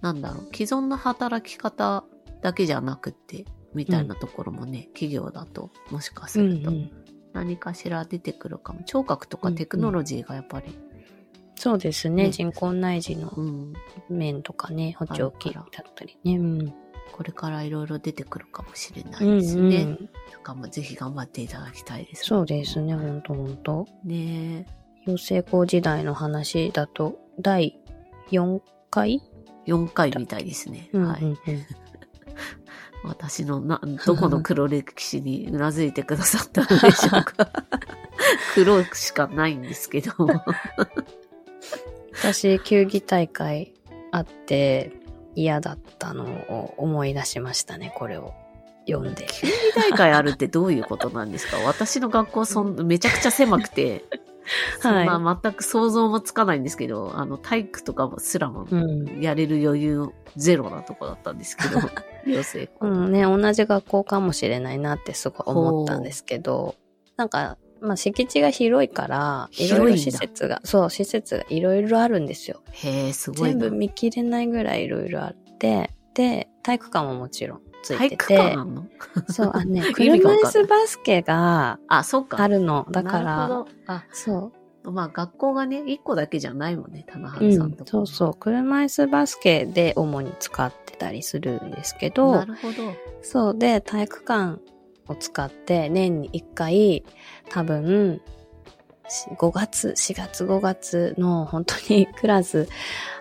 [SPEAKER 1] なんだろう、既存の働き方だけじゃなくて、みたいなところもね、企業だと、もしかす
[SPEAKER 2] うんう
[SPEAKER 1] ると、
[SPEAKER 2] ん
[SPEAKER 1] 何かしら出てくるかも。聴覚とかテクノロジーがやっぱり、
[SPEAKER 2] そうですね。
[SPEAKER 1] ね
[SPEAKER 2] 人工内耳の
[SPEAKER 1] うん、
[SPEAKER 2] 面とかね、補聴器
[SPEAKER 1] ある
[SPEAKER 2] だ
[SPEAKER 1] か
[SPEAKER 2] ったりね。うん。
[SPEAKER 1] これからいろいろ出てくるかもしれな
[SPEAKER 2] うん
[SPEAKER 1] いですね。
[SPEAKER 2] うん
[SPEAKER 1] なんかもうぜひ頑張っていただきたいです、
[SPEAKER 2] そうです。ね、ほんとほんと。
[SPEAKER 1] ねえ。
[SPEAKER 2] 養成校時代の話だと、第4回、
[SPEAKER 1] 4回みたいですね。
[SPEAKER 2] うんうん
[SPEAKER 1] は
[SPEAKER 2] う
[SPEAKER 1] い。
[SPEAKER 2] ん
[SPEAKER 1] 私のな、どこの黒歴史にうなずいてくださったんでしょう
[SPEAKER 2] [LAUGHS]
[SPEAKER 1] か。黒しかないんですけども。
[SPEAKER 2] 私、球技大会あって嫌だったのを思い出しましたね、これを読んで。
[SPEAKER 1] 球技大会あるってどういうことなんですか私の学校そん、めちゃくちゃ狭くて、
[SPEAKER 2] [LAUGHS] はい
[SPEAKER 1] そんな全く想像もつかないんですけど、あの、体育とかもすらも
[SPEAKER 2] うん。
[SPEAKER 1] やれる余裕ゼロなとこだったんです
[SPEAKER 2] [LAUGHS]
[SPEAKER 1] けど、養成校。
[SPEAKER 2] うんね、同じ学校かもしれないなってすごい思ったんですけど、なんか、まあ、敷地が広いから、いろいろ
[SPEAKER 1] 広いん
[SPEAKER 2] 施
[SPEAKER 1] だ
[SPEAKER 2] 設が、そう、施設がいろいろあるんですよ。
[SPEAKER 1] へえ、すごい
[SPEAKER 2] 全
[SPEAKER 1] な
[SPEAKER 2] 部。見切れないぐらいいろいろあって、で、体育館ももちろんつ
[SPEAKER 1] 体
[SPEAKER 2] いて
[SPEAKER 1] 育館
[SPEAKER 2] て
[SPEAKER 1] な、の、
[SPEAKER 2] そう、あのね
[SPEAKER 1] [LAUGHS] 意味が
[SPEAKER 2] 車
[SPEAKER 1] わ
[SPEAKER 2] 椅
[SPEAKER 1] かんない
[SPEAKER 2] 子バスケが
[SPEAKER 1] あ、そうか。
[SPEAKER 2] あるの。だか
[SPEAKER 1] なる
[SPEAKER 2] ら、
[SPEAKER 1] ほど。あ、
[SPEAKER 2] そ
[SPEAKER 1] まあ学校がね、一個だけじゃないもんね、棚
[SPEAKER 2] う、う
[SPEAKER 1] 原さん
[SPEAKER 2] ん
[SPEAKER 1] と、か、
[SPEAKER 2] そうそう、車椅子バスケで主に使ってたりするんですけど、
[SPEAKER 1] なるほど。
[SPEAKER 2] そうで、体育館を使って年に1回、多分、 5月、4月5月の本当に [LAUGHS] クラス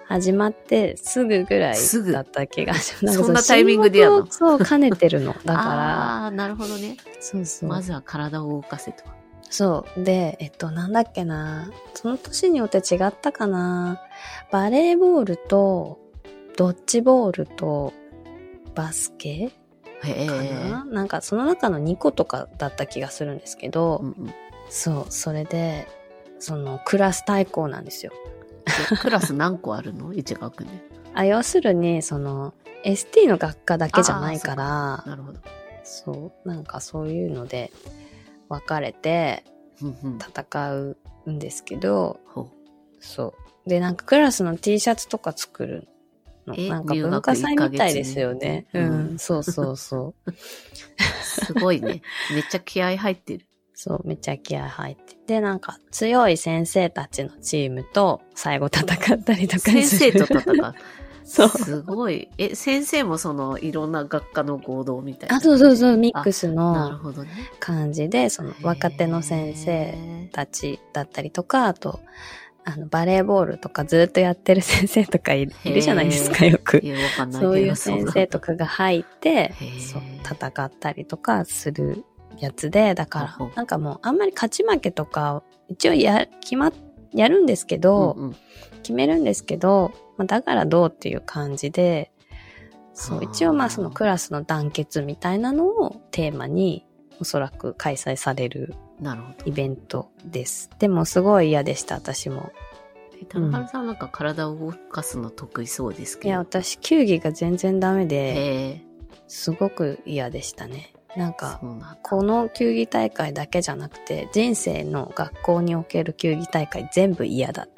[SPEAKER 2] 始まってすぐぐらい
[SPEAKER 1] すぐ
[SPEAKER 2] だった気がします。
[SPEAKER 1] そんなタイミングでやるの
[SPEAKER 2] のそう、兼ねてるの。だか
[SPEAKER 1] [LAUGHS] ああー、なるほどね。
[SPEAKER 2] ら、そうそう。
[SPEAKER 1] まずは体を動かせと。
[SPEAKER 2] そう。で、えっと、なんだっけな。その年によって違ったかな。バレーボールと、ドッジボールと、バスケ
[SPEAKER 1] へえ
[SPEAKER 2] かな、なんかその中の2個とかだった気がするんですけど、
[SPEAKER 1] うんうん
[SPEAKER 2] そう、それで、そのクラス対抗なんですよ。
[SPEAKER 1] でクラス何個あるの [LAUGHS] ?1 学年。
[SPEAKER 2] あ、要するに、その、ST の学科だけじゃないから、
[SPEAKER 1] なるほど。
[SPEAKER 2] そう、なんかそういうので、分かれて
[SPEAKER 1] うんうん
[SPEAKER 2] 戦うんですけど、
[SPEAKER 1] ほ
[SPEAKER 2] そう。で、なんかクラスの T シャツとか作るの。
[SPEAKER 1] え
[SPEAKER 2] なんか
[SPEAKER 1] 入学
[SPEAKER 2] 文化祭みたいですよね
[SPEAKER 1] 一。ヶ月に
[SPEAKER 2] うん、
[SPEAKER 1] うん
[SPEAKER 2] そうそうそう。 [LAUGHS]
[SPEAKER 1] うすごいね。めっちゃ気合入って
[SPEAKER 2] [LAUGHS]
[SPEAKER 1] る。
[SPEAKER 2] そう、めっちゃ気合入って。で、なんか強い先生たちのチームと最後戦ったりとかする。
[SPEAKER 1] 先生と戦う。
[SPEAKER 2] [LAUGHS] そう。
[SPEAKER 1] すごい。え、先生もそのいろんな学科の合同みたいな。
[SPEAKER 2] あ、そうそうそう、ミックス
[SPEAKER 1] なる
[SPEAKER 2] の
[SPEAKER 1] ほどね。
[SPEAKER 2] 感じで、その若手の先生
[SPEAKER 1] へ
[SPEAKER 2] たちだったりとか、あと、あの、バレーボールとかずっとやってる先生とかい
[SPEAKER 1] へー
[SPEAKER 2] いるじゃないですか、よく
[SPEAKER 1] ー。いや、わかんないけど。
[SPEAKER 2] そういう先生とかが入って
[SPEAKER 1] へー、
[SPEAKER 2] そう戦ったりとかするやつで、だか
[SPEAKER 1] ほう
[SPEAKER 2] ら
[SPEAKER 1] ほう、
[SPEAKER 2] なんかもうあんまり勝ち負けとか、一応や、決まっ、やるんですけ
[SPEAKER 1] そ
[SPEAKER 2] ど、
[SPEAKER 1] うなんだうんうん
[SPEAKER 2] 決めるんですけど、まあ、だからどうっていう感じで、そ
[SPEAKER 1] あ
[SPEAKER 2] う、
[SPEAKER 1] ー
[SPEAKER 2] 一応まあそのクラスの団結みたいなのをテーマに、おそらく開催される
[SPEAKER 1] なるほど。
[SPEAKER 2] イベントです。でもすごい嫌でした、私も。
[SPEAKER 1] え田中さんなんか体を動かすの得意そうですけど。
[SPEAKER 2] いや、私、球技が全然ダメ
[SPEAKER 1] へ
[SPEAKER 2] で、
[SPEAKER 1] え。
[SPEAKER 2] すごく嫌でしたね。なんか、
[SPEAKER 1] そうなんだ。 [LAUGHS]
[SPEAKER 2] この球技大会だけじゃなくて、人生の学校における球技大会全部嫌
[SPEAKER 1] [LAUGHS]
[SPEAKER 2] だっ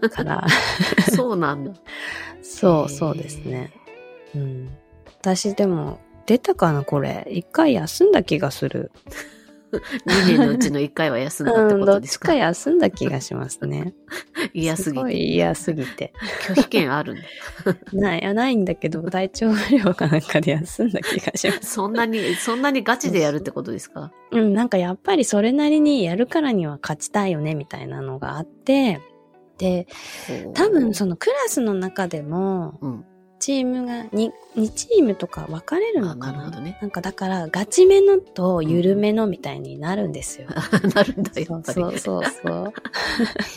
[SPEAKER 2] た。から、
[SPEAKER 1] そうなんだ。
[SPEAKER 2] そう、そうですね。うん。私でも、出たかなこれ。一回休んだ気がする。
[SPEAKER 1] 2年のうちの1回は休んだって
[SPEAKER 2] うん、
[SPEAKER 1] こ
[SPEAKER 2] ど
[SPEAKER 1] と
[SPEAKER 2] っ
[SPEAKER 1] です
[SPEAKER 2] ち [LAUGHS]
[SPEAKER 1] か
[SPEAKER 2] か休んだ気がしますね。
[SPEAKER 1] 嫌すぎ
[SPEAKER 2] ご
[SPEAKER 1] て。
[SPEAKER 2] い嫌すぎて。
[SPEAKER 1] 拒否権あるんだ。
[SPEAKER 2] ない、あないんだけど、体調不良かなんかで休んだ気が
[SPEAKER 1] [LAUGHS]
[SPEAKER 2] します。
[SPEAKER 1] そんなに、そんなにガチでやるってことですか
[SPEAKER 2] うん、なんかやっぱりそれなりにやるからには勝ちたいよね、みたいなのがあって、で、多分そのクラスの中でも、
[SPEAKER 1] うん。 [LAUGHS]
[SPEAKER 2] チームが 2, 2チームとか分かれるのか
[SPEAKER 1] あな
[SPEAKER 2] な
[SPEAKER 1] るほどね
[SPEAKER 2] なんかだから、ガチめのと緩めのみたいになるんですよ。
[SPEAKER 1] なるんだ、 [LAUGHS] や
[SPEAKER 2] そ
[SPEAKER 1] っ
[SPEAKER 2] う
[SPEAKER 1] ぱ
[SPEAKER 2] そう
[SPEAKER 1] り。
[SPEAKER 2] そう
[SPEAKER 1] へ
[SPEAKER 2] そう。そう
[SPEAKER 1] [LAUGHS]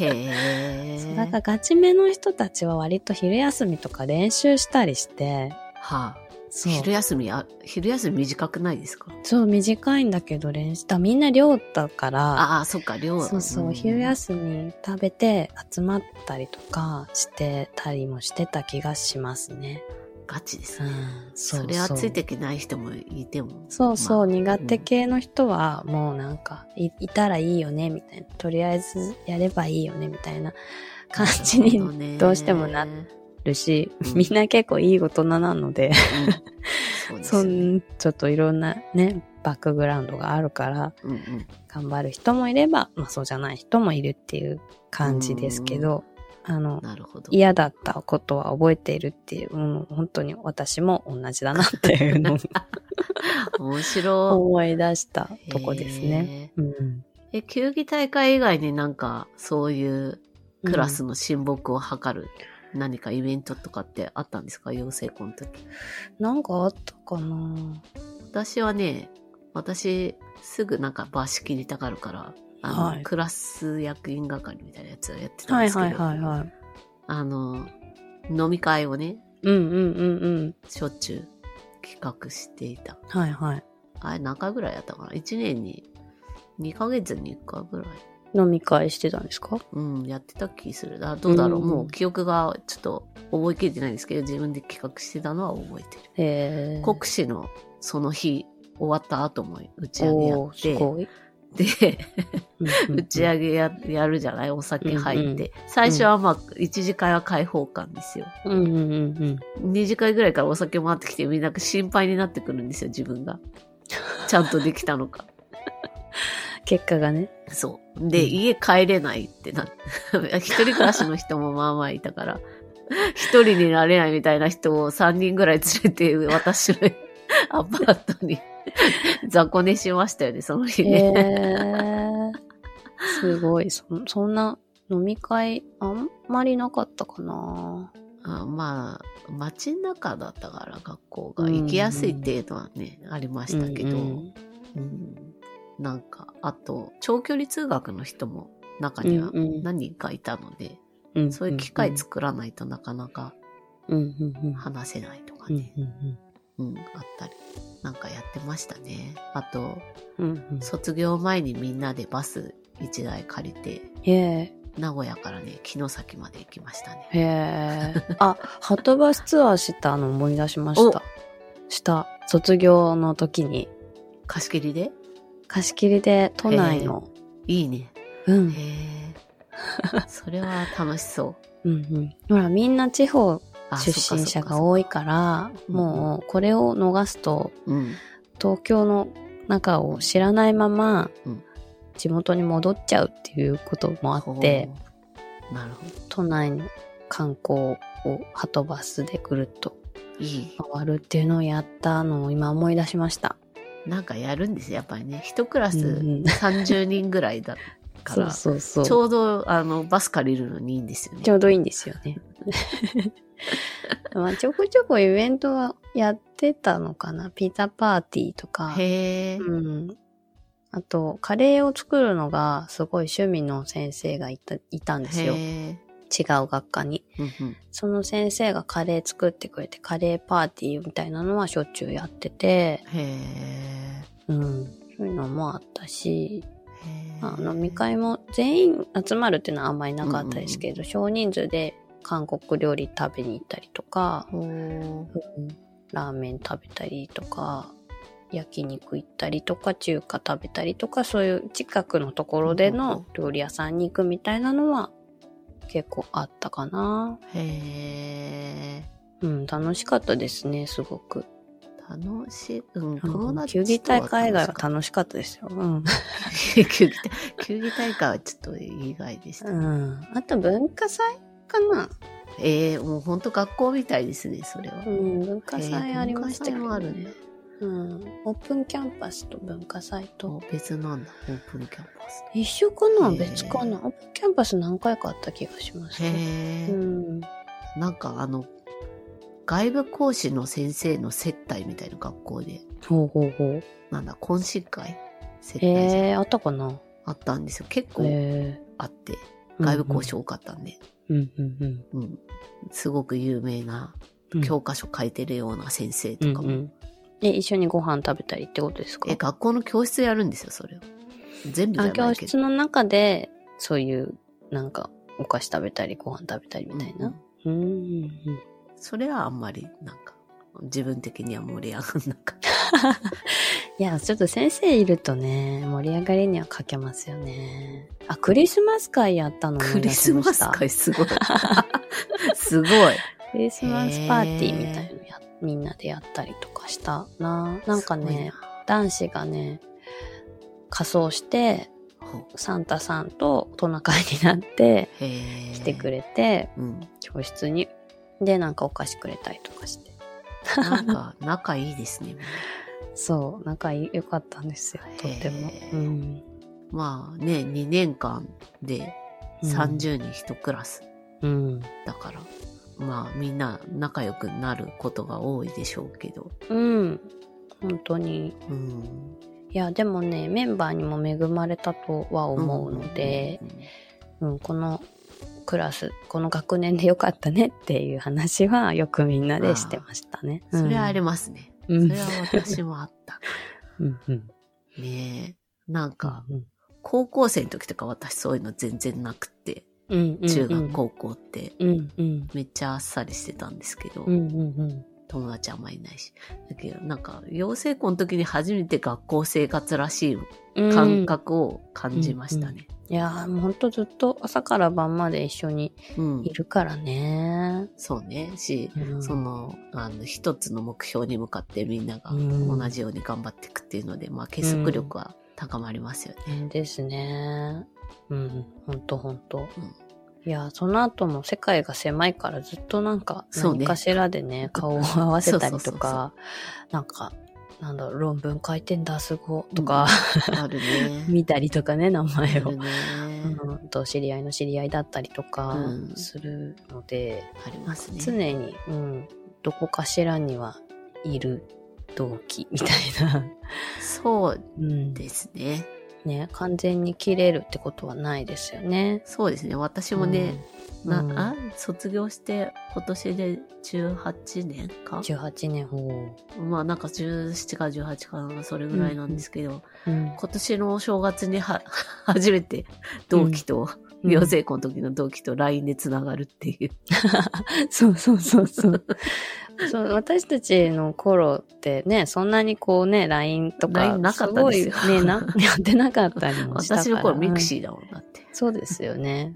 [SPEAKER 1] え。
[SPEAKER 2] だからガチめの人たちは割と昼休みとか練習したりして、
[SPEAKER 1] はあ、
[SPEAKER 2] そう。
[SPEAKER 1] 昼休みあ、昼休み短くないですか
[SPEAKER 2] そう、短いんだけど練習。だからみんな寮だから、
[SPEAKER 1] ああ、そっか、量
[SPEAKER 2] そうそう、昼休み食べて集まったりとかしてたりもしてた気がしますね。
[SPEAKER 1] み。ガチです
[SPEAKER 2] う
[SPEAKER 1] ね。
[SPEAKER 2] ん、
[SPEAKER 1] そうれはついていけない人もいても。
[SPEAKER 2] そうそう、
[SPEAKER 1] まあ
[SPEAKER 2] 苦手系の人はもうなんかい、いたらいいよね、みたいな。とりあえずやればいいよね、みたいな感じにな
[SPEAKER 1] に
[SPEAKER 2] どうしてもなるし、
[SPEAKER 1] うん
[SPEAKER 2] みんな結構いい大人なので、
[SPEAKER 1] そうです
[SPEAKER 2] そ
[SPEAKER 1] よね。
[SPEAKER 2] ん、ちょっといろんなね、バックグラウンドがあるから、
[SPEAKER 1] うんうん
[SPEAKER 2] 頑張る人もいれば、まあそうじゃない人もいるっていう感じですけど、あの、
[SPEAKER 1] なるほど。
[SPEAKER 2] 嫌だったことは覚えているっていう、うん、本当に私も同じだなってい
[SPEAKER 1] [LAUGHS]
[SPEAKER 2] うのを
[SPEAKER 1] 面白
[SPEAKER 2] 思い出した
[SPEAKER 1] い。
[SPEAKER 2] とこですね。
[SPEAKER 1] へ
[SPEAKER 2] うん、
[SPEAKER 1] え。え、球技大会以外になんか、そういうクラスの親睦を図る何かイベントとかってあったんですか養成校の時。
[SPEAKER 2] なんかあったかな
[SPEAKER 1] 私はね、私、すぐなんかバシ切りたがるから、あの、
[SPEAKER 2] はい
[SPEAKER 1] クラス役員係みたいなやつをやってたん
[SPEAKER 2] は
[SPEAKER 1] で
[SPEAKER 2] い
[SPEAKER 1] すけど、
[SPEAKER 2] はいはいはい。
[SPEAKER 1] あの、飲み会をね、
[SPEAKER 2] うんうんうんうん。
[SPEAKER 1] しょっちゅう企画していた。
[SPEAKER 2] はいはい。
[SPEAKER 1] あれ何回ぐらいやったかな ?1 年に2ヶ月に1回ぐらい。
[SPEAKER 2] 飲み会してたんですか
[SPEAKER 1] うん、やってた気する。あ、どうだろう、
[SPEAKER 2] うん
[SPEAKER 1] もう記憶がちょっと覚えきれてないんですけど、自分で企画してたのは覚えてる。
[SPEAKER 2] へえ。
[SPEAKER 1] 国試のその日終わった後も打ち上げや
[SPEAKER 2] お
[SPEAKER 1] っ
[SPEAKER 2] ーす
[SPEAKER 1] て、
[SPEAKER 2] [LAUGHS] ごい。
[SPEAKER 1] で、
[SPEAKER 2] うんうんうん
[SPEAKER 1] 打ち上げややるじゃないお酒入って、
[SPEAKER 2] うんうん
[SPEAKER 1] 最初はまあ、一次会は開放感ですよ。
[SPEAKER 2] うんうんうんうん。
[SPEAKER 1] 二次会ぐらいからお酒回ってきて、みんな心配になってくるんですよ、自分が。ちゃんとできたのか。
[SPEAKER 2] 結果がね。
[SPEAKER 1] そう。で、
[SPEAKER 2] うん
[SPEAKER 1] 家帰れないって [LAUGHS] なって一人暮らしの人もまあまあいたから、一人になれないみたいな人を三人ぐらい連れて、私の
[SPEAKER 2] [LAUGHS]
[SPEAKER 1] アパートに雑魚寝しましたよね、その日
[SPEAKER 2] へ
[SPEAKER 1] ね。
[SPEAKER 2] え。 [LAUGHS] すごい。そそんな飲み会あんまりなかったかな。
[SPEAKER 1] あまあ、街中だったから学校が行きやすいっていうのはね、ありましたけど、
[SPEAKER 2] うんうん
[SPEAKER 1] うんなんか、あと、長距離通学の人も中には
[SPEAKER 2] うんうん
[SPEAKER 1] 何人かいたので、
[SPEAKER 2] うん
[SPEAKER 1] そういう機会作らないとなかなか
[SPEAKER 2] うんうんうん
[SPEAKER 1] 話せないとか
[SPEAKER 2] うん
[SPEAKER 1] ね、うん、あったり、なんかやってましたね。あと、
[SPEAKER 2] うんうんうん
[SPEAKER 1] 卒業前にみんなでバス1台借りて、
[SPEAKER 2] へえ
[SPEAKER 1] 名古屋からね、城崎まで行きましたね。
[SPEAKER 2] へえ [LAUGHS] あハトバスツアーしたの思い出しましたした卒業の時に
[SPEAKER 1] 貸し切りで
[SPEAKER 2] 貸し切りで都内の、
[SPEAKER 1] いいね。
[SPEAKER 2] うん
[SPEAKER 1] へ
[SPEAKER 2] [LAUGHS]
[SPEAKER 1] え。それは楽しそう。
[SPEAKER 2] うんうんほらみんな地方
[SPEAKER 1] あ
[SPEAKER 2] 出身者が多いから
[SPEAKER 1] うん
[SPEAKER 2] もうこれを逃す
[SPEAKER 1] そっかそ
[SPEAKER 2] と
[SPEAKER 1] っかうん。
[SPEAKER 2] 東京の中を知らないまま、
[SPEAKER 1] うん
[SPEAKER 2] 地元に戻っちゃうっていうこともあって
[SPEAKER 1] ほう。なるほど。
[SPEAKER 2] 都内の観光をハトバスでぐるっと
[SPEAKER 1] いい。
[SPEAKER 2] 回るっていうのをやったのを今思い出しました。
[SPEAKER 1] なんかやるんですよ、やっぱりね。一クラ
[SPEAKER 2] う
[SPEAKER 1] ス
[SPEAKER 2] ん
[SPEAKER 1] 30人ぐらいだか
[SPEAKER 2] そ
[SPEAKER 1] ら、
[SPEAKER 2] うそうそう。
[SPEAKER 1] ちょうどあのバス借りるのにいいんですよね。
[SPEAKER 2] ちょうどいいんですよね。まあちょこちょこイベントはやってたのかな。ピーターパーティーとか。
[SPEAKER 1] へえ。
[SPEAKER 2] うん。あと、カレーを作るのがすごい趣味の先生がいたいたんですよ。違う
[SPEAKER 1] へえ。
[SPEAKER 2] 学科に。
[SPEAKER 1] うんうん
[SPEAKER 2] その先生がカレー作ってくれて、カレーパーティーみたいなのはしょっちゅうやってて、
[SPEAKER 1] へえ。
[SPEAKER 2] うん。そういうのもあったし、
[SPEAKER 1] へ
[SPEAKER 2] ま
[SPEAKER 1] え
[SPEAKER 2] あ、飲み会も全員集まるっていうのはあんまりなかったですけど、少人数で韓国料理食べに行ったりとか、
[SPEAKER 1] ほう
[SPEAKER 2] ラーメン食べたりとか焼肉行ったりとか中華食べたりとかそういう近くのところでの料理屋さんに行くみたいなのは結構あったかな。
[SPEAKER 1] へえ。
[SPEAKER 2] うん、楽しかったですね、すごく。
[SPEAKER 1] 楽しい。うん、友
[SPEAKER 2] うん
[SPEAKER 1] 達
[SPEAKER 2] 球技大会以外
[SPEAKER 1] 楽しか
[SPEAKER 2] は
[SPEAKER 1] った
[SPEAKER 2] 楽しかったですよ。うん。
[SPEAKER 1] [LAUGHS] 球技大球技大会はちょっと意外でした。
[SPEAKER 2] うん、あと文化祭かな。
[SPEAKER 1] ええもう本当学校みたいですね、それは。
[SPEAKER 2] うん、文化祭ありましたけ
[SPEAKER 1] 文化
[SPEAKER 2] ど
[SPEAKER 1] 祭もある
[SPEAKER 2] ね
[SPEAKER 1] ね。
[SPEAKER 2] うん、オープンキャンパスと文化祭と
[SPEAKER 1] お別なんだ、オープンキャンパス。
[SPEAKER 2] 一緒かな
[SPEAKER 1] へえ
[SPEAKER 2] 別かなオープンキャンパス何回かあった気がします
[SPEAKER 1] へ
[SPEAKER 2] ね。
[SPEAKER 1] え、
[SPEAKER 2] うん、
[SPEAKER 1] なんかあの、外部講師の先生の接待みたいな学校で、
[SPEAKER 2] ほうほうほう。
[SPEAKER 1] なんだ、懇親会接
[SPEAKER 2] へ
[SPEAKER 1] 待じゃん
[SPEAKER 2] えあったかな
[SPEAKER 1] あったんですよ。結
[SPEAKER 2] へ
[SPEAKER 1] 構
[SPEAKER 2] え
[SPEAKER 1] あって、外部講師多かったんで、
[SPEAKER 2] うんうんうん
[SPEAKER 1] うん、すごく有名な
[SPEAKER 2] うん。
[SPEAKER 1] 教科書書いてるような先生
[SPEAKER 2] う
[SPEAKER 1] と
[SPEAKER 2] ん
[SPEAKER 1] か
[SPEAKER 2] う
[SPEAKER 1] も、
[SPEAKER 2] ん。え、一緒にご飯食べたりってことですか
[SPEAKER 1] え、学校の教室やるんですよ、それを。全部じ
[SPEAKER 2] あ
[SPEAKER 1] ゃな
[SPEAKER 2] 教
[SPEAKER 1] いけ
[SPEAKER 2] 室
[SPEAKER 1] ど。
[SPEAKER 2] の中で、そういう、なんか、お菓子食べたり、ご飯食べたりみたいな。うん、うん、うん。
[SPEAKER 1] それはあんまり、なんか、自分的には盛り上がんなかった。
[SPEAKER 2] [LAUGHS] いや、ちょっと先生いるとね、盛り上がりには欠けますよね。あ、クリスマス会やったの思
[SPEAKER 1] ク
[SPEAKER 2] い出
[SPEAKER 1] リ
[SPEAKER 2] し
[SPEAKER 1] ス
[SPEAKER 2] ま
[SPEAKER 1] マ
[SPEAKER 2] し
[SPEAKER 1] ス
[SPEAKER 2] た
[SPEAKER 1] 会すごい。 [LAUGHS] すごい。
[SPEAKER 2] クリスマスパーティーみたいのや、みんなでやったりとかしたな。なんかね、男子がね、仮装して、
[SPEAKER 1] すごいな。ほ
[SPEAKER 2] サンタさんとトナカイになって
[SPEAKER 1] うへえ。
[SPEAKER 2] 来てく
[SPEAKER 1] れ。
[SPEAKER 2] れて、
[SPEAKER 1] うん。
[SPEAKER 2] 教室に。で、なんかお菓子くれたりとかして。
[SPEAKER 1] なんか、仲いいですね。みんな
[SPEAKER 2] そう、仲良かったんですよ、とっても
[SPEAKER 1] へ。ー
[SPEAKER 2] うん。
[SPEAKER 1] まあね、2年間で30人1クラス
[SPEAKER 2] うん。
[SPEAKER 1] だから、まあみんな仲良くなることが多いでしょうけど。
[SPEAKER 2] うん。本当に。
[SPEAKER 1] うん。
[SPEAKER 2] いや、でもね、メンバーにも恵まれたとは思うので、
[SPEAKER 1] うんうんうん
[SPEAKER 2] うん、このクラス、この学年でよかったねっていう話は [LAUGHS] よくみんなでしてましたね。
[SPEAKER 1] それはあり
[SPEAKER 2] も、
[SPEAKER 1] ますね。
[SPEAKER 2] う
[SPEAKER 1] そ
[SPEAKER 2] ん
[SPEAKER 1] れは私もあった。 [LAUGHS]
[SPEAKER 2] うんうん
[SPEAKER 1] ねえ。なんか、
[SPEAKER 2] うん
[SPEAKER 1] 高校生の時とか私そういうの全然なくって、
[SPEAKER 2] うんうん、
[SPEAKER 1] 中学、高校って
[SPEAKER 2] うんうん
[SPEAKER 1] めっちゃあっさりしてたんですけど、
[SPEAKER 2] うんうんうん
[SPEAKER 1] 友達あんまいないし。だけど、なんか、養成校の時に初めて学校生活らしい
[SPEAKER 2] うん
[SPEAKER 1] 感覚を感じましたね。
[SPEAKER 2] いやーもうほんとずっと朝から晩まで一緒に
[SPEAKER 1] うん
[SPEAKER 2] いるからね、
[SPEAKER 1] そうね。し、
[SPEAKER 2] うん
[SPEAKER 1] その、あの、一つの目標に向かってみんなが
[SPEAKER 2] うん
[SPEAKER 1] 同じように頑張っていくっていうので、まあ、結束力は高まります
[SPEAKER 2] [LAUGHS]
[SPEAKER 1] よね。
[SPEAKER 2] ですねうんほんとほんと、
[SPEAKER 1] うん
[SPEAKER 2] いやーその後も世界が狭いからずっとなんか
[SPEAKER 1] そうね
[SPEAKER 2] 何かしらでね顔を合わせたりとかなんかなんだろう、論文書いてんだ、すご、とか、。
[SPEAKER 1] あるね
[SPEAKER 2] [LAUGHS] 見たりとかね、名前
[SPEAKER 1] あ
[SPEAKER 2] を
[SPEAKER 1] る。ね。
[SPEAKER 2] うんと知り合いの知り合いだったりとか
[SPEAKER 1] うん
[SPEAKER 2] するので、
[SPEAKER 1] あります
[SPEAKER 2] 常
[SPEAKER 1] ね。
[SPEAKER 2] に、うん、どこかしらにはいる動機みたい
[SPEAKER 1] [LAUGHS]
[SPEAKER 2] な、
[SPEAKER 1] そう
[SPEAKER 2] うん
[SPEAKER 1] ですね。
[SPEAKER 2] ね、完全に切れるってことはないですよね。
[SPEAKER 1] そうですね。私もね、
[SPEAKER 2] うん、うん
[SPEAKER 1] な、あ、卒業して今年で18年か
[SPEAKER 2] 18年ほ
[SPEAKER 1] まあなんか17か18かなんかそれぐらいなんですけど、
[SPEAKER 2] う、うん
[SPEAKER 1] 今年のお正月には [LAUGHS] 初めて同期と、
[SPEAKER 2] うん
[SPEAKER 1] 寮生校の時の同期と LINE でつながるっていう。
[SPEAKER 2] [LAUGHS] そうそうそう
[SPEAKER 1] [LAUGHS]
[SPEAKER 2] そう。そう私たちの頃ってね、そんなにこうね、LINE とか、
[SPEAKER 1] LINE なかったですよ
[SPEAKER 2] ごい
[SPEAKER 1] [LAUGHS]
[SPEAKER 2] ね、な、やってなかったりもしたから。
[SPEAKER 1] 私の頃ミクシ
[SPEAKER 2] ー。
[SPEAKER 1] ーだもんだって。
[SPEAKER 2] そうですよね。